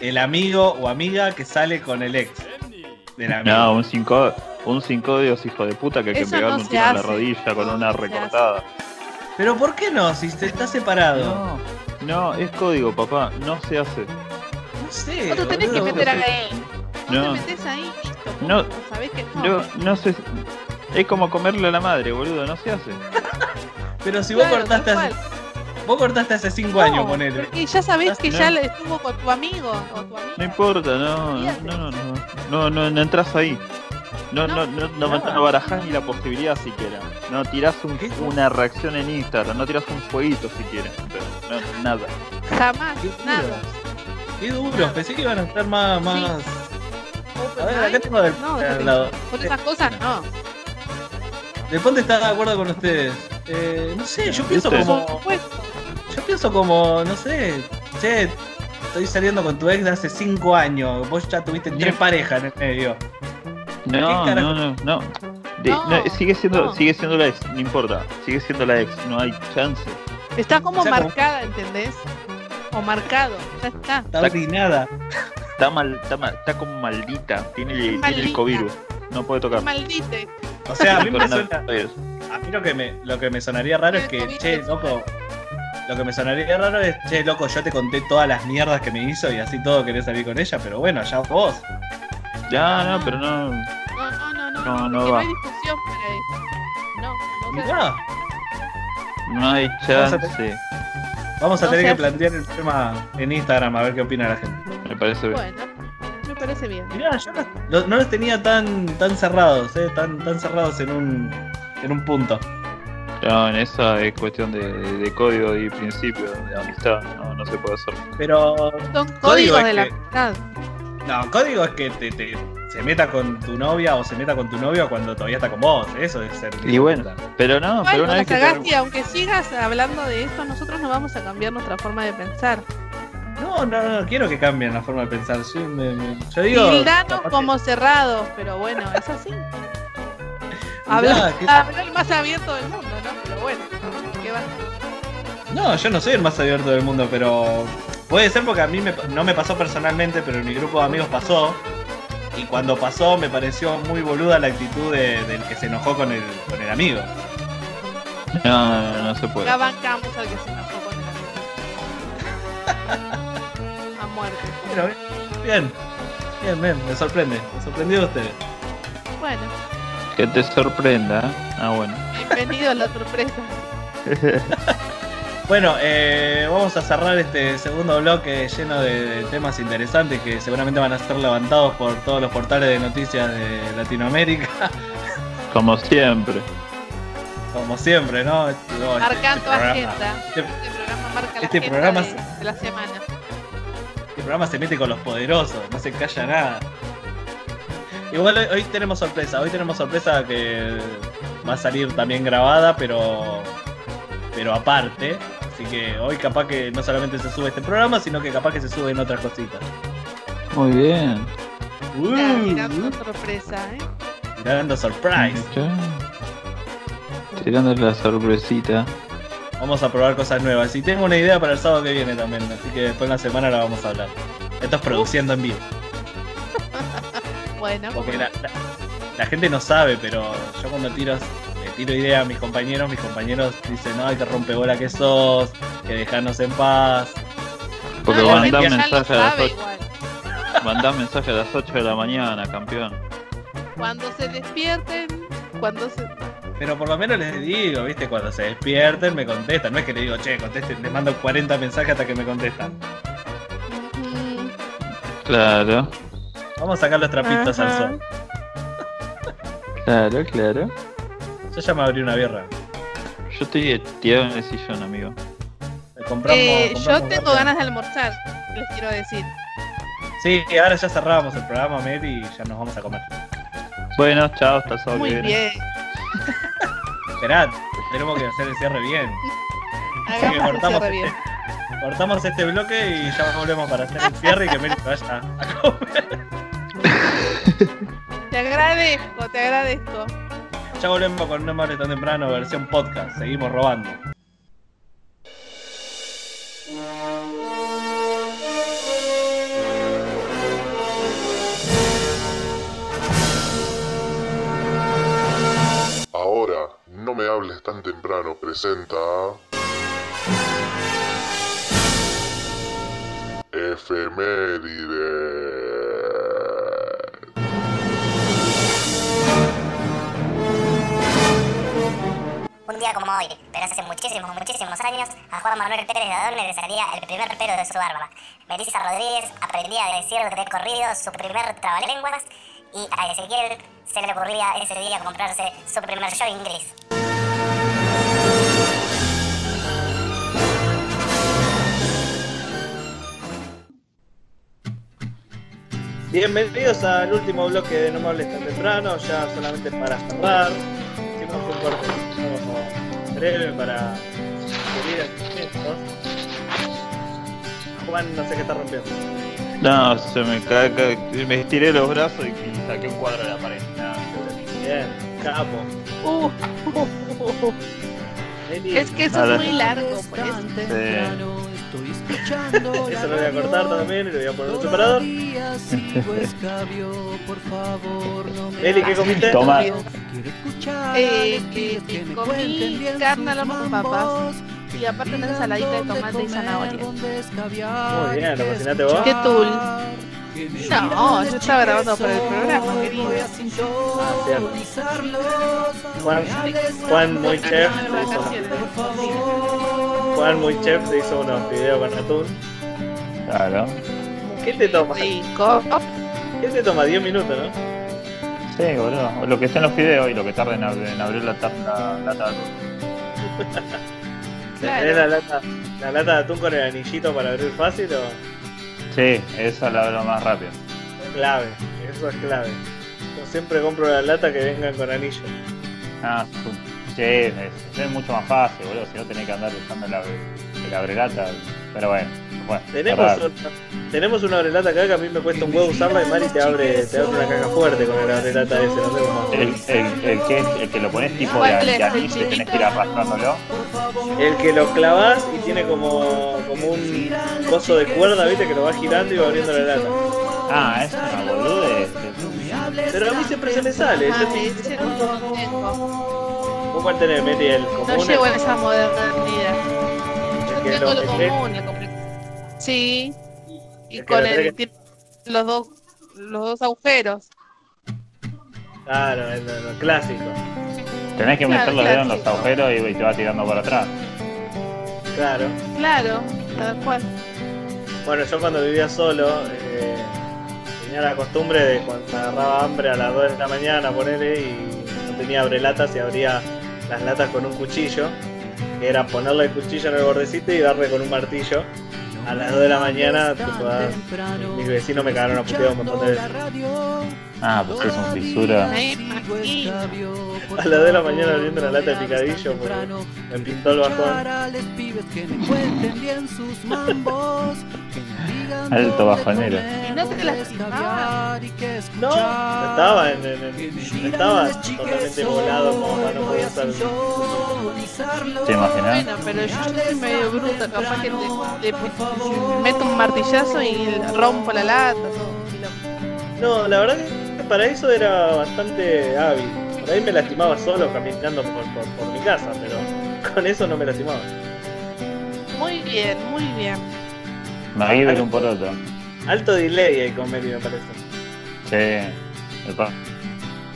S3: el amigo o amiga que sale con el ex? Del amigo.
S4: No, un cinco, un cinco de los hijo de puta que hay que
S5: Eso
S4: pegarle
S5: no
S4: un
S5: se
S4: tiro en la
S5: hace.
S4: rodilla con una
S5: No, no se hace.
S4: recortada.
S3: Pero ¿por qué no? Si se está separado.
S4: No, no, es código, papá, no se hace.
S3: No, sé.
S5: No te tenés que
S3: boludo.
S5: meter ahí. No,
S4: No.
S5: te metes ahí, listo.
S4: No.
S5: punto, Sabés que no.
S4: No, no sé. Es como comerle a la madre, boludo, no se hace.
S3: Pero si vos
S5: Claro,
S3: cortaste
S5: tal
S3: hace, vos cortaste hace cinco
S5: No,
S3: años con él.
S5: porque ya sabés que
S4: No.
S5: ya le estuvo con tu amigo o tu amiga.
S4: No importa, no, no, no, no, no, no, no entras ahí. No, no, no, no, no,
S3: Nada.
S4: barajás ni la posibilidad siquiera. No tirás un-
S3: ¿Qué?
S4: una reacción en Instagram, no tirás un fueguito siquiera. Pero no, nada.
S5: Jamás,
S3: Qué duro.
S5: nada.
S3: Qué duro, pensé que iban a estar más. más...
S5: Open
S3: A ver, acá
S5: mind,
S3: tengo el.
S5: No,
S3: al
S5: déjate.
S3: lado.
S5: con esas cosas no.
S3: De Ponte está de acuerdo con ustedes. Eh, no sé, yo pienso
S4: ¿Viste?
S5: Por
S3: como.
S5: supuesto.
S3: Yo pienso como, no sé, che, estoy saliendo con tu ex de hace 5 años, vos ya tuviste
S4: Ni-
S3: tres parejas en el medio.
S4: No,
S3: carajo?
S4: no, no, no. De-
S5: No,
S4: no, sigue siendo,
S5: no.
S4: sigue siendo la ex, no importa. Sigue siendo la ex, no hay chance.
S5: Está como
S3: O sea, como-
S5: marcada, ¿entendés? O marcado, ya está.
S3: Está
S4: Está-
S3: ordinada.
S4: Está mal, está mal, está como maldita. Tiene, tiene el
S5: Maldita.
S4: covirus. No puede tocar.
S5: Maldite.
S3: O sea, a mí me
S4: Coronavirus.
S3: suena, a mí lo que me, lo que me sonaría raro es que, che, loco, Lo que me sonaría raro es, che, loco, yo te conté todas las mierdas que me hizo y así todo querés salir con ella, pero bueno, ya vos.
S4: Ya, no, pero no.
S5: No, no, no, no,
S4: No,
S5: no,
S4: no
S5: porque
S4: va.
S5: hay discusión para eso. No, no, se
S3: Mirá,
S4: No hay chance.
S3: vamos a
S5: No
S3: tener
S5: seas-
S3: que plantear el tema en Instagram a ver qué opina la gente.
S4: Me parece bien.
S5: Bueno, me parece bien.
S3: Mirá, yo no, lo- no los tenía tan, tan cerrados, eh, tan, tan cerrados en un, en un punto.
S4: No, en esa es cuestión de, de código y principio, de amistad. No, no se puede hacer.
S3: Pero
S5: Son
S3: Código
S5: códigos
S3: es
S5: de la
S3: que-
S5: amistad.
S3: No, código es que te, te- se meta con tu novia o se meta con tu novio cuando todavía está con vos. Eso es ser.
S4: Y bueno, pero no, pero
S5: Igual,
S4: una
S5: no
S4: vez que.
S5: Sagasti, aunque sigas hablando de esto, nosotros no vamos a cambiar nuestra forma de pensar.
S3: No, no, no quiero que cambien la forma de pensar. Yo, me- me- yo digo.
S5: Tildanos
S3: aparte-
S5: como cerrados, pero bueno, es así.
S3: Mirá,
S5: Habla,
S3: qué-
S5: habla el más abierto del mundo, ¿no? Pero bueno, ¿qué va?
S3: No, yo no soy el más abierto del mundo, pero. Puede ser porque a mí me- no me pasó personalmente, pero en mi grupo de amigos pasó. Y cuando pasó me pareció muy boluda la actitud de- del que se enojó con el, con el amigo.
S4: No, no, no se puede.
S5: Ya bancamos al que se enojó con el amigo. A muerte.
S3: Bueno, bien. Bien, bien, me sorprende. Me sorprendió ustedes.
S5: Bueno,
S4: Que te sorprenda. ¿eh? Ah, bueno.
S5: bienvenido a la sorpresa.
S3: Bueno, eh, vamos a cerrar este segundo bloque lleno de, de temas interesantes que seguramente van a ser levantados por todos los portales de noticias de Latinoamérica,
S4: Como siempre.
S3: como siempre, ¿no? Este- no, este-
S5: Marcando
S3: este programa-
S5: agenda.
S3: Este,
S5: Este programa marca la
S3: Este
S5: agenda
S3: programa
S5: de-
S3: se-
S5: de la semana.
S3: este programa se mete con los poderosos, no se calla nada. Igual hoy, hoy tenemos sorpresa, hoy tenemos sorpresa que va a salir también grabada, pero pero aparte. Así que hoy capaz que no solamente se sube este programa, sino que capaz que se suben otras cositas.
S4: Muy bien.
S5: Mirá,
S3: Uh,
S5: tirando sorpresa, ¿eh?
S3: Tirando surprise.
S4: Ya. Tirando la sorpresita.
S3: Vamos a probar cosas nuevas. Y tengo una idea para el sábado que viene también, así que después en la semana la vamos a hablar. Esto es produciendo en vivo.
S5: Bueno,
S3: Porque la, la- la gente no sabe, pero yo cuando tiro, le tiro idea a mis compañeros, mis compañeros dicen, ay, que rompebola que sos, que dejanos en paz.
S4: Porque
S5: No, la
S4: mandá
S5: gente ya lo
S4: mensaje a las
S5: sabe
S4: 8.
S5: igual.
S4: Mandá mensaje a las 8 de la mañana, campeón.
S5: Cuando se despierten, cuando se.
S3: Pero por lo menos les digo, viste, cuando se despierten me contestan. No es que le digo, che, contesten, les mando 40 mensajes hasta que me contestan.
S5: Mm,
S4: Claro,
S3: Vamos a sacar los trapitos al
S5: Ajá.
S3: sol.
S4: claro, claro.
S3: Yo ya me abrí una birra.
S4: Yo estoy tirado en el sillón, amigo.
S3: Compramos,
S5: eh, yo
S3: compramos
S5: tengo
S3: birra.
S5: ganas de almorzar, les quiero decir.
S3: Sí, ahora ya cerramos el programa, Meli, y ya nos vamos a comer.
S4: Bueno, chao, hasta el sábado
S5: Muy
S4: que viene.
S5: bien.
S3: Esperad, tenemos que hacer el cierre bien. Así que
S5: Hagamos el
S3: cortamos,
S5: cierre bien.
S3: este, cortamos este bloque y ya volvemos para hacer el cierre y que Meli se vaya a comer.
S5: Te agradezco, te agradezco.
S3: Ya volvemos con No me hables tan temprano, versión podcast. Seguimos robando.
S8: Ahora, no me hables tan temprano, presenta. Efeméride.
S9: Un día como hoy, pero hace muchísimos, muchísimos años, a Juan Manuel Pérez de Adorno le salía el primer pelo de su barba. Melissa Rodríguez aprendía a decir de corrido su primer trabalenguas y a Ezequiel se le ocurría ese día comprarse su primer jogging gris.
S3: Bienvenidos al último bloque de No me hables tan temprano, ya solamente para cerrar. Hicimos un corte breve para subir a Juan no sé qué está rompiendo.
S4: No, se me caga. Me estiré los brazos y y saqué un cuadro de la pared.
S3: Bien, capo.
S5: Uh,
S3: Meli,
S5: es que eso
S4: Ahora-
S5: es muy largo, pues. por eso.
S4: Sí.
S3: Eso lo voy a cortar también y lo voy a poner en un separador. Eli, ¿qué comiste?
S4: Toma.
S5: Eh, que- que comí carne a las papas. y aparte una ensaladita de tomate y zanahoria.
S3: Muy bien, imagínate vos.
S5: ¿Qué tul? No, yo estaba grabando para el programa, querido.
S3: Ah, bien. Juan, Juan muy chef se hizo, Juan muy chef se hizo unos videos con atún.
S4: Claro.
S3: ¿Qué te toma?
S5: Sí, co-
S3: ¿Qué te toma? 10 minutos, ¿no?
S4: Sí, boludo. Lo que está en los videos y lo que tarda en, ab- en abrir la, tab- la, la tabla.
S5: Claro.
S3: ¿Tenés la lata, la lata de atún con el anillito para abrir fácil o
S4: Sí, esa la abro más rápido.
S3: es clave? Eso es clave. Yo siempre compro la lata que vengan con anillo.
S4: Ah, su... sí, es, es mucho más fácil, boludo. Si no tenés que andar usando la, la bregata. Pero bueno, bueno.
S3: Tenemos
S4: tarda.
S3: una, tenemos una abrelata acá que a mí me cuesta un huevo usarla y Mari te abre, te abre una caja fuerte con el abrelata ese, no sé cómo.
S4: el, el, el que, el que lo pones tipo de,
S5: ¿Cuál es?
S4: de
S5: ¿El
S4: anillo y tenés que ir
S5: chiquito?
S4: arrastrándolo.
S3: El que lo clavas y tiene como, como un coso de cuerda, viste, que lo va girando y va abriendo la lata.
S4: Ah, es una boludez.
S3: Pero a mí siempre se me sale.
S5: Ah,
S3: yo
S5: me
S3: te-
S5: dicen un consejo.
S3: ¿Vos cuál tenés, Meli? El común.
S5: No
S3: el-
S5: llego en esa modernidad. Yo
S3: el que lo-
S5: tengo lo
S3: el-
S5: común, la compli- Sí. Y
S3: ¿eh? Es que
S5: con
S3: la
S5: el,
S3: verdad
S5: tiene los dos los dos agujeros.
S3: Claro, el, el clásico.
S4: Tenés que
S5: Claro,
S4: meter los dedos en los
S5: clásico.
S4: agujeros y, y te va tirando para atrás.
S3: Claro.
S5: Claro, tal cual.
S3: Bueno, yo cuando vivía solo, eh, tenía la costumbre de cuando me agarraba hambre a las 2 de la mañana, ponele, y no tenía abrelatas y abría las latas con un cuchillo, que era ponerle el cuchillo en el bordecito y darle con un martillo. A las 2 de la mañana, tipo, ah, mis vecinos me cagaron a putear un montón de veces.
S4: Ah, pues es un fisura.
S5: Me imagino.
S3: A las 2 de la mañana abriendo la lata de picadillo, pues, porque me pintó el bajón.
S4: Alto bajonero.
S5: Y no te lastimaban.
S3: No, estaba, en, en- en- estaba totalmente volado como para no poder usar.
S4: ¿Te imaginas?
S5: Bueno, pero yo soy medio bruta, capaz que le, le meto un martillazo y rompo la lata. todo, y lo-
S3: No, la verdad que para eso era bastante hábil. Por ahí me lastimaba solo caminando por, por- por mi casa, pero con eso no me lastimaba.
S5: Muy bien, muy bien.
S4: Maguire un poroto.
S3: Alto delay ahí con Meli, me parece.
S4: Sí. El pa-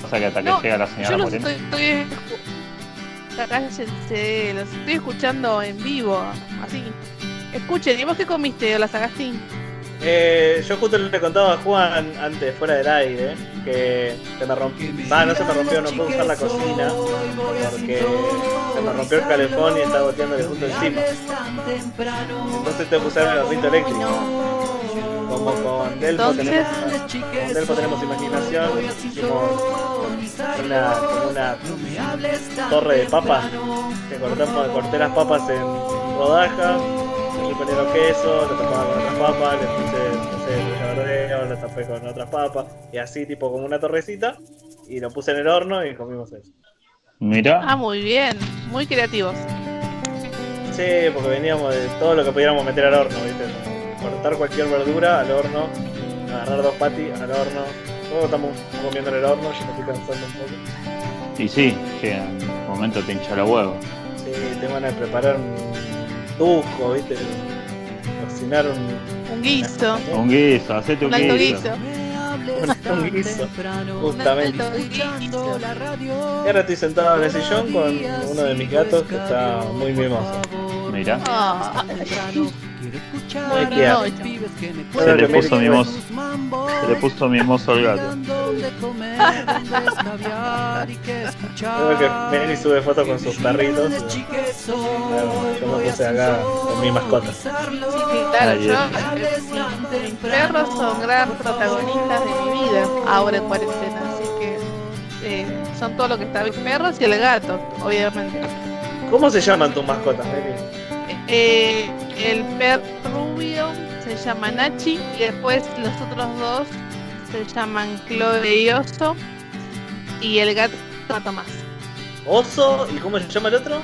S4: Pasa que hasta que
S5: No,
S4: llega la
S5: Yo
S4: señora
S5: los
S4: Moreno.
S5: estoy, estoy escu- Cállense, los estoy escuchando en vivo, así. Escuchen, ¿y vos qué comiste, la Sagastín?
S3: Eh, yo justo le contaba a Juan antes, fuera del aire, que se me rompió. Va, no se me rompió, no puedo usar la cocina porque se me rompió el calefón y estaba boteándole justo encima. Entonces tengo que usar el gorrito eléctrico. Como con Delpo
S5: Entonces-
S3: tenemos, con Delpo tenemos imaginación, hicimos una, como una torre de papas, que cortamos, corté las papas en rodajas, le puse queso, lo tapaba con otras papas, le puse, no sé, verdeo, lo tapé con otras papas, y así tipo como una torrecita, y lo puse en el horno y comimos eso.
S5: Ah,
S4: Mirá.
S5: muy bien, muy creativos.
S3: Sí, porque veníamos de todo lo que pudiéramos meter al horno, ¿viste? Cortar cualquier verdura al horno, agarrar dos patis al horno. Todos estamos comiendo en el horno, yo me estoy cansando un poco.
S5: Ah.
S4: Y sí, llega un momento te hincha la huevo.
S3: Sí, tengo ganas de preparar un tuco, ¿viste? Cocinar un,
S5: Un guiso,
S4: Un guiso, hacete
S5: un
S4: un
S5: alto
S4: guiso.
S5: guiso.
S3: un, un guiso,
S5: un
S3: justamente.
S5: alto guiso.
S3: Y ahora estoy sentado en el sillón con uno de mis gatos que está muy mimoso.
S4: Mirá.
S5: Ah,
S3: Hay que
S5: no,
S3: dar.
S5: no,
S4: Se le
S3: Creo que
S4: puso
S3: Meli-
S4: mimoso. Se le puso mimoso al gato.
S3: Creo que Meli sube fotos con sus perritos. y, claro, yo me puse acá con mi mascota.
S5: Sí, claro,
S4: Ahí
S5: yo, eh, mis perros son gran protagonistas de mi vida ahora en cuarentena, así que eh, son todo lo que está, mis perros y el gato, obviamente.
S3: ¿Cómo se llaman tus mascotas, Meli?
S5: Eh, el perro rubio se llama Nachi y después los otros dos se llaman Chloe y Oso y el gato se llama Tomás.
S3: Oso, ¿y cómo se llama el otro?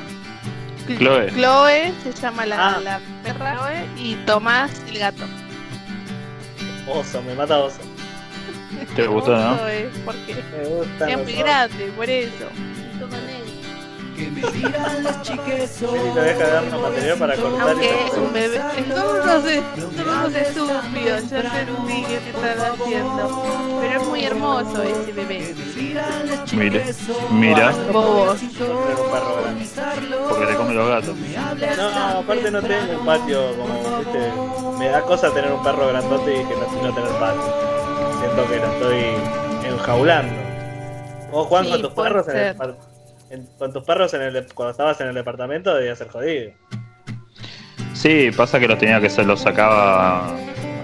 S5: Cl-
S4: Chloe.
S5: Chloe se llama la,
S3: Ah.
S5: la perra Chloe, y Tomás el gato.
S3: Oso, me mata oso.
S4: ¿Te gustó, no?
S5: Oso es porque
S3: Me gusta.
S5: es muy grande, por eso. Y todo negro.
S3: Melito deja de darnos material para cortar
S5: Aunque
S3: esas
S5: es un
S3: cosas.
S5: bebé. No, no sé, no sé estúpido. Yo entendí qué te están haciendo. Pero es muy hermoso ese bebé.
S4: Mira, mira,
S5: Bobos.
S3: Tener un perro grande.
S4: porque le come los gatos.
S3: No, aparte no tengo un patio como, viste, me da cosa tener un perro grandote y que no, no tener patio. Siento que lo estoy enjaulando. Vos Juan
S5: Sí,
S3: con tus
S5: puede
S3: perros en el
S5: ser.
S3: par- en- con tus perros en el dep- cuando estabas en el departamento debía ser jodido.
S4: Sí, pasa que los tenía que se los sacaba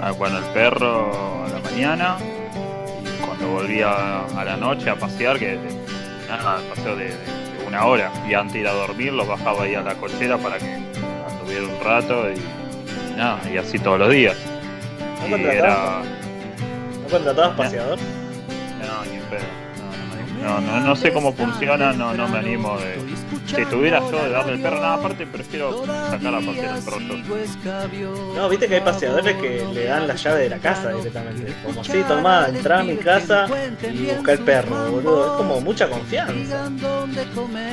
S4: a- bueno el perro a la mañana y cuando volvía a la noche a pasear, que nada, paseo de, de una hora y antes de ir a dormir los bajaba ahí a la cochera para que anduviera un rato y, y nada, y así todos los días.
S3: ¿No
S4: Y era
S3: contratabas, ¿No contratabas paseador?
S4: no, ni en pedo. No, no, no, no, no sé cómo funciona, no, no me animo de. Si estuviera yo de darle el perro, nada aparte prefiero sacar a pasear el perro yo.
S3: No, viste que hay paseadores que le dan la llave de la casa directamente. Como si, tomá, entrá a mi casa y busca el perro, boludo. Es como mucha confianza.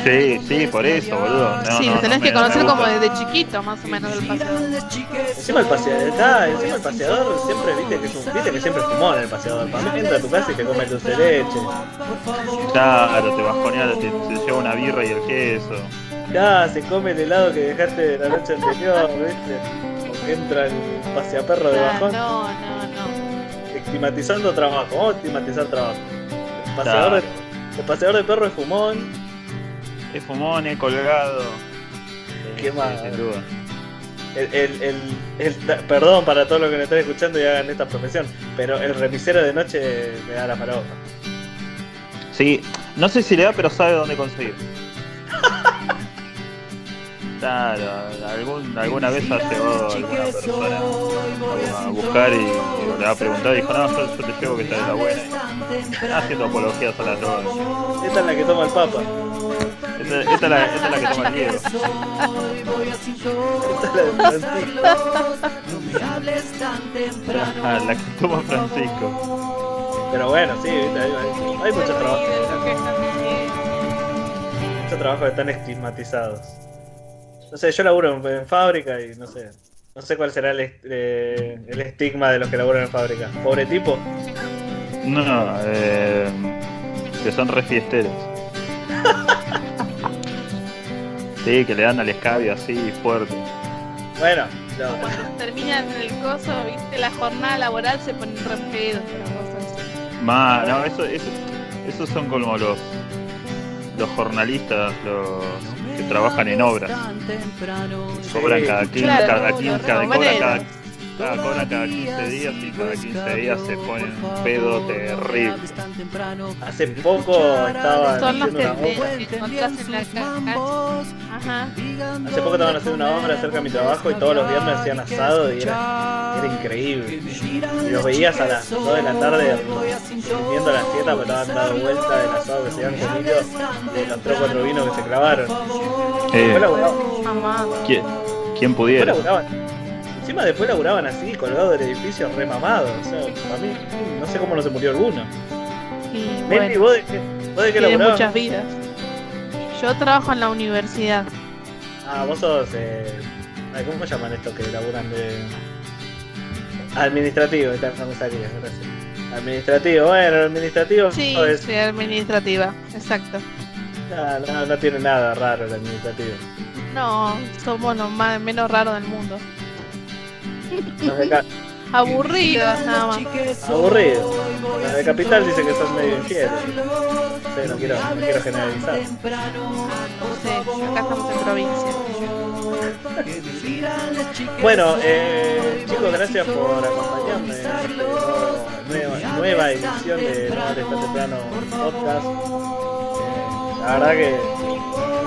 S4: Sí, sí, por eso, boludo. No,
S5: sí,
S4: no,
S5: lo tenés
S4: no
S5: que
S4: me- no me
S5: conocer
S4: gusta.
S5: como desde chiquito, más o menos, del paseo.
S3: Encima el paseador, está, encima el paseador siempre, viste que es un, viste que siempre es fumón el paseador. Para mí entra a tu casa y te come el dulce de leche.
S4: Claro, te bajoneas, te, te lleva una birra y el queso.
S3: Ya, se come el helado que dejaste de la noche anterior, viste. O que entra el paseaperro de
S5: Ah,
S3: bajón.
S5: no, no, no.
S3: Estigmatizando trabajo, vamos a estigmatizar trabajo. El paseador, de, el paseador de perro es fumón.
S4: Es fumón, es colgado.
S3: Qué
S4: Sí,
S3: mal.
S4: Sin duda.
S3: El, el, el, el ta- perdón para todos los que nos están escuchando y hagan esta profesión, pero el remisero de noche me da la faraofa.
S4: Sí, no sé si le da, pero sabe dónde conseguir. Claro, algún- alguna vez ha llevado a alguna persona a buscar y, y le ha preguntado y dijo, no, yo, yo te llevo que estás la buena. Haciendo apologías a las drogas.
S3: Esta es la que toma el Papa,
S4: Esta, esta es, la, esta es la que toma el Diego.
S3: esta es la de Francisco.
S4: Ah, la que toma Francisco.
S3: Pero bueno, sí, viste, hay, hay- hay mucho trabajo, mucho trabajo que están estigmatizados. No sé, yo laburo en, en fábrica y no sé, no sé cuál será el, est- eh, el estigma de los que laburan en fábrica. Pobre tipo,
S4: No, no, eh, que son re fiesteros. Sí, que le dan al escabio así fuerte.
S3: bueno, no,
S5: Cuando terminan el coso, viste, la jornada laboral se ponen re pedos, una cosa así.
S4: Ma, no, eso, eso, esos son como los los jornalistas, los que trabajan en obras. Cobran
S3: Sí.
S4: cada 15,
S5: Claro,
S4: cada
S5: los
S4: 15, cada, cobran
S5: ramoneros.
S4: cada, cada- cobran cada 15 días y cada 15 días se ponen un pedo terrible.
S3: hace poco estaba
S5: Son los
S3: haciendo
S5: que
S3: una obra.
S5: te encontrás en la caja. Ajá.
S3: Hace poco estaban haciendo una obra cerca de mi trabajo y todos los viernes hacían asado y era, era increíble. Y los veías a las 2 de la tarde viendo las fiestas porque estaban dando vuelta del asado que se habían comido de los 3 o 4 vinos que se clavaron. Después laburaban,
S5: Mamá.
S4: Eh, ¿quién, quién
S3: después
S4: pudiera?
S3: laburaban. Encima después laburaban así, colgados del edificio, remamados. O sea, para mí, no sé cómo no se murió alguno.
S5: Y
S3: Meli,
S5: bueno,
S3: ¿vos de qué, vos de qué
S5: tiene
S3: laburabas?
S5: muchas vidas. Yo trabajo en la universidad.
S3: Ah, vos sos. Eh... ay, ¿Cómo llaman estos que laburan de. Administrativo, está, no me salía, gracias. Administrativo, bueno, el administrativo
S5: Sí,
S3: no, es-
S5: soy administrativa, exacto.
S3: no, no- no tiene nada raro el administrativo.
S5: No, somos los más, menos raros del mundo.
S3: Los de ca-
S5: Aburridos nada más.
S3: aburridos. Los de capital dicen que son medio infieles. No sé, no quiero, no quiero generalizar.
S5: No sé, acá estamos en provincia.
S3: Bueno, eh, chicos, gracias por acompañarme en esta nueva, nueva edición de No Mate Está Temprano Podcast. Eh, la verdad que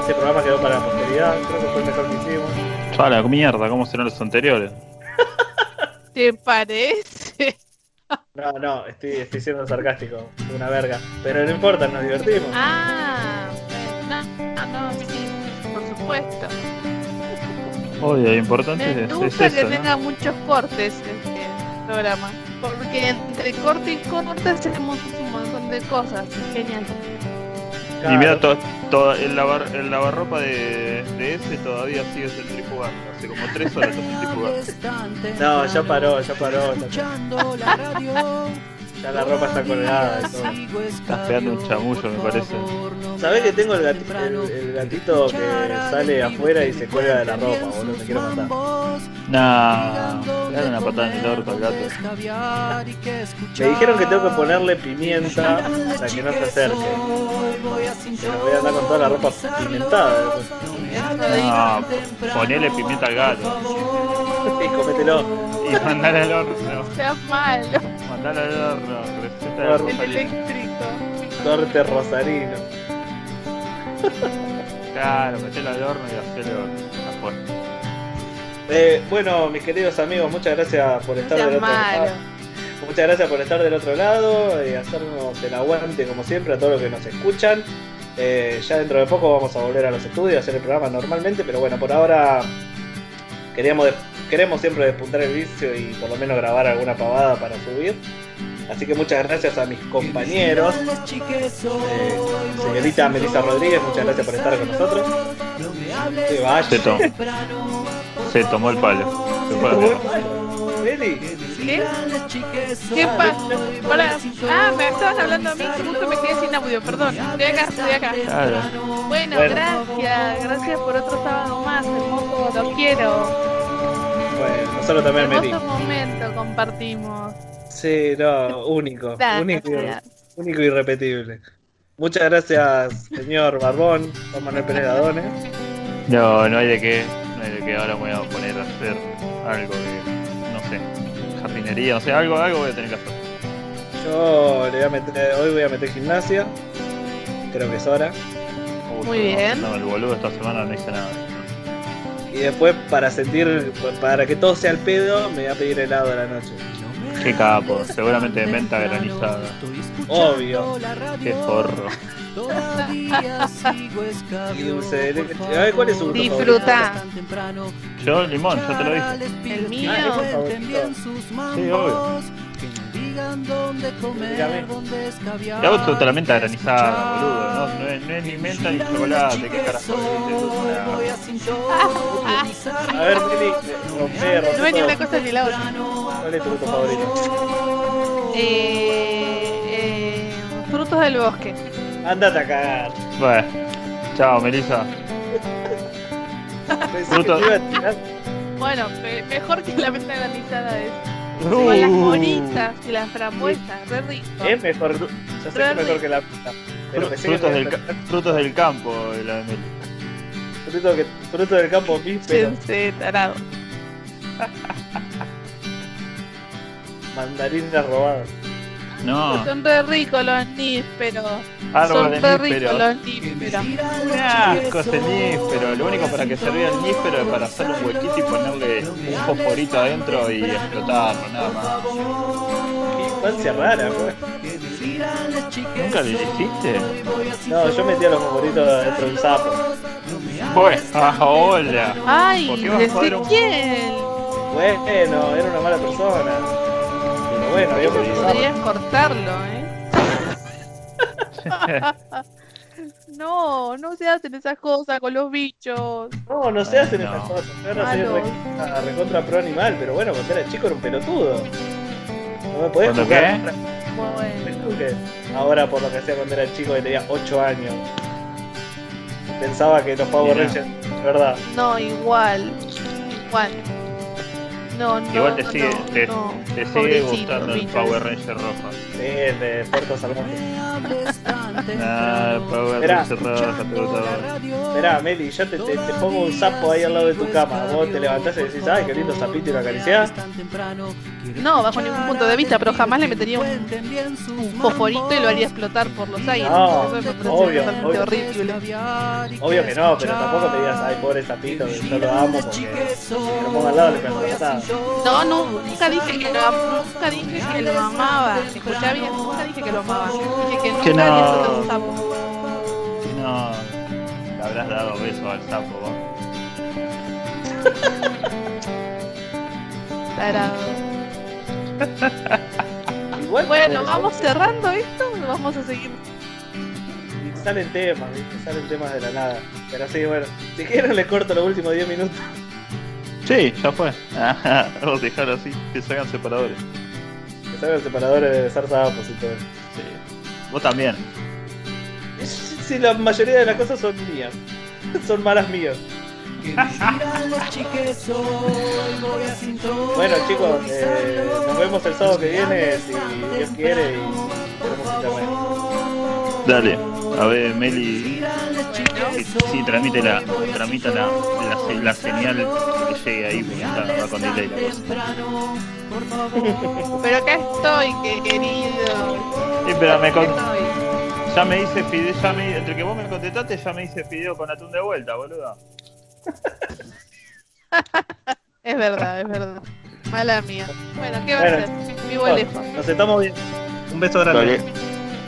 S3: este programa quedó para la posteridad, creo que fue el mejor que hicimos.
S4: Ah, la mierda, ¿cómo serán los anteriores?
S5: ¿Te parece?
S3: No, no, estoy, estoy siendo sarcástico, una verga. Pero no importa, nos divertimos.
S5: Ah, no, no, sí, por supuesto.
S4: Oye, lo importante
S5: Me
S4: es,
S5: gusta
S4: es
S5: que
S4: eso, ¿no?
S5: tenga muchos cortes este programa. Porque entre corte y corte tenemos un montón de cosas. es Genial.
S4: Y mira, to- to- el, lavar, el lavarropa de, de ese todavía sigue centrifugando. Hace como tres horas está centrifugando.
S3: No, ya paró, ya paró. Ya, ya la ropa está colgada. y todo.
S4: Está pegando un chamullo, me parece.
S3: ¿Sabés que tengo el, gati- el- el gatito que sale afuera y se cuelga de la ropa, boludo? Me quiero matar.
S4: Nah, le dan una patada en el orto al gato.
S3: Me dijeron que tengo que ponerle pimienta para que no se acerque. Pero voy a andar con toda la ropa pimentada.
S4: No, ponele pimienta al gato.
S3: Y comételo.
S4: Y mandale al horno.
S5: Seas malo,
S4: Mandale al horno. Receta de
S5: el
S4: Rosalina.
S5: eléctrico.
S3: Corte rosarino.
S4: Claro, metelo al horno y hacele horno. Está fuerte.
S3: Eh, bueno, mis queridos amigos, muchas gracias por estar del
S5: Seas
S3: otro Ah. lado.
S5: malo.
S3: Muchas gracias por estar del otro lado y hacernos el aguante como siempre a todos los que nos escuchan. Eh, ya dentro de poco vamos a volver a los estudios, a hacer el programa normalmente, pero bueno, por ahora queríamos des- queremos siempre despuntar el vicio y por lo menos grabar alguna pavada para subir. Así que muchas gracias a mis compañeros. Eh, señorita Melissa Rodríguez, muchas gracias por estar con nosotros. Te vas.
S4: Se tomó. Se tomó el palo. Se fue a la mierda.
S3: Meli,
S5: ¿Qué? ¿Qué pasa? Hola. Ah, me estabas hablando a mí, justo me quedé sin audio, perdón. Estoy acá, estoy acá.
S4: Claro.
S5: Bueno,
S3: Bueno.
S5: gracias, gracias por otro sábado más, hermoso, los quiero.
S3: Bueno, nosotros también, Meli.
S5: Hermoso momento compartimos.
S3: Sí, no, único. Único. y-
S5: Gracias.
S3: Único e irrepetible. Muchas gracias, señor Barbón, Juan Manuel Pérez Adones.
S4: No, no hay de qué. No hay de qué. Ahora me voy a poner a hacer algo de. No sé. Jardinería, no sé. Algo, algo voy a tener que hacer.
S3: Yo le voy a meter, hoy voy a meter gimnasia. Creo que es hora.
S4: Uy,
S5: Muy
S4: no,
S5: bien.
S4: No, el boludo esta semana no hice nada.
S3: Y después, para sentir, para que todo sea al pedo, me voy a pedir helado a la noche.
S4: Qué capo. Seguramente de menta granizada.
S3: Obvio.
S4: Qué forro.
S3: Y dulce de leche. A ver, ¿cuál es su gusto
S5: Disfruta.
S4: Yo, limón, ya te lo dije.
S5: El mío.
S3: favorito? Ah, ¿es su favorito?
S4: Sí, obvio. Y a vos te gusta la menta granizada, boludo. No, no, es, no es ni menta ni chocolate. Qué carajo. Te gusta una-
S5: Ah,
S3: A ver, Mili, rompe, rompe
S5: no es ni
S3: todo.
S5: una cosa ni la otra.
S3: ¿Cuál es tu gusto favorito?
S5: Eh, eh, frutos del bosque.
S3: Andate a cagar.
S4: Bueno, chao Melissa.
S3: Pensé que
S4: Fruto.
S3: te iba a tirar.
S5: Bueno, pe- mejor que la menta granizada es. Con las moritas y las frambuesas, re rico.
S3: Es mejor. Yo sé que es mejor que la puta. Pero pensé que
S4: frutos,
S3: me
S4: del,
S3: iba a
S4: ca- frutos del campo, de la de Meli.
S3: Fruto, que, fruto del campo píspero,
S5: Chense, tarado.
S3: mandarinas robadas.
S4: No,
S5: Son re ricos los nísperos.
S4: árbol
S5: Son
S4: de
S5: re ricos
S4: níspero.
S5: los nísperos.
S4: Un asco ese níspero. Lo único para que servía el níspero es para hacer un huequito y ponerle un fosforito adentro y explotarlo, nada más.
S3: Qué infancia rara, güey.
S4: ¿Nunca lo hiciste?
S3: No, yo metía los favoritos dentro de un sapo.
S4: Pues, ah, hola.
S5: Ay,
S4: ¿Por qué vas a joder un-
S5: Ezequiel.
S3: Bueno, era una mala persona. Pero bueno, había que
S5: Podrías cortarlo, ¿eh? no, no se hacen esas cosas con los bichos.
S3: No, no se hacen
S4: Ay, no.
S3: esas cosas. Yo no soy
S5: Malo.
S3: recontra- ah, recontra pro animal, pero bueno, cuando era chico era un pelotudo. No me podés
S4: ¿Cuándo
S3: juzgar. Me
S5: Bueno,
S3: juzgues. Ahora, por lo que hacía cuando era chico, que tenía 8 años. Pensaba que los Power
S4: Mirá.
S3: Rangers, de verdad.
S5: no, igual. Igual. No, no.
S4: Igual te
S5: no,
S4: sigue,
S5: no,
S4: te,
S5: no.
S4: te sigue
S5: Pobrecitos,
S4: gustando el
S5: bichos.
S4: Power Ranger rojo.
S3: Sí, el de Puerto Salmón.
S4: Nah, el Ah, Power
S3: Esperá.
S4: Ranger rojo te gustaba.
S3: Mirá, Meli, yo te, te- te pongo un sapo ahí al lado de tu cama. Vos te levantás y decís, ay, qué lindo sapito y lo acariciás.
S5: No, bajo ningún punto de vista, pero jamás le metería un, un fosforito y lo haría explotar por los aires.
S3: No,
S5: Eso me parece
S3: obvio,
S5: totalmente
S3: obvio.
S5: horrible.
S3: Obvio que no, pero tampoco te digas, ay, pobre sapito, que yo lo amo porque si me lo pongo al lado le pego una patada".
S5: No, no, nunca dije que lo am- nunca dije que lo amaba. Escuchá bien, nunca dije que lo amaba. Dije que nunca
S4: Que no.
S5: le disfruté un sapo.
S4: Si no, le habrás dado besos al sapo vos.
S5: Tarado.
S3: Igual,
S5: Bueno, vamos cerrando esto, vamos a seguir.
S3: Sí, salen temas, ¿viste? salen temas de la nada. Pero sí, bueno, si quieren les corto los últimos 10 minutos.
S4: Sí, ya fue. Ajá, Vamos a dejarlo así, que salgan separadores.
S3: Que salgan separadores de Zarza Apos y todo.
S4: Sí. Vos también.
S3: Sí, la mayoría de las cosas son mías. Son malas mías. Bueno chicos, eh, nos vemos el sábado que viene si Dios quiere y tenemos internet.
S4: Dale, a ver, Meli. que- Sí, tramite la, tramita la, la, se- la señal que llegue ahí porque está, va con delay la cosa.
S5: Pero acá estoy, que- querido.
S4: Sí, pero me con-
S5: Acá estoy.
S4: ya me hice fideo, ya me, entre que vos me contestaste, ya me hice fideo con atún de vuelta, boludo.
S5: Es verdad, es verdad. Mala mía. Bueno, ¿qué va
S3: Bueno.
S5: a ser? Vivo lejos.
S3: Nos estamos bien. Un beso grande.
S4: Dale.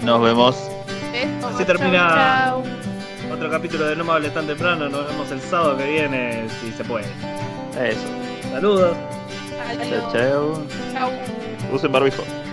S4: Nos vemos.
S5: Besos,
S3: Así termina-
S5: chau, chau.
S3: Otro capítulo de No me hables tan temprano. Nos vemos el sábado que viene si se puede.
S4: Eso.
S3: Saludos.
S5: Adiós.
S4: Chao, chao.
S5: Chau.
S4: Usen barbijo.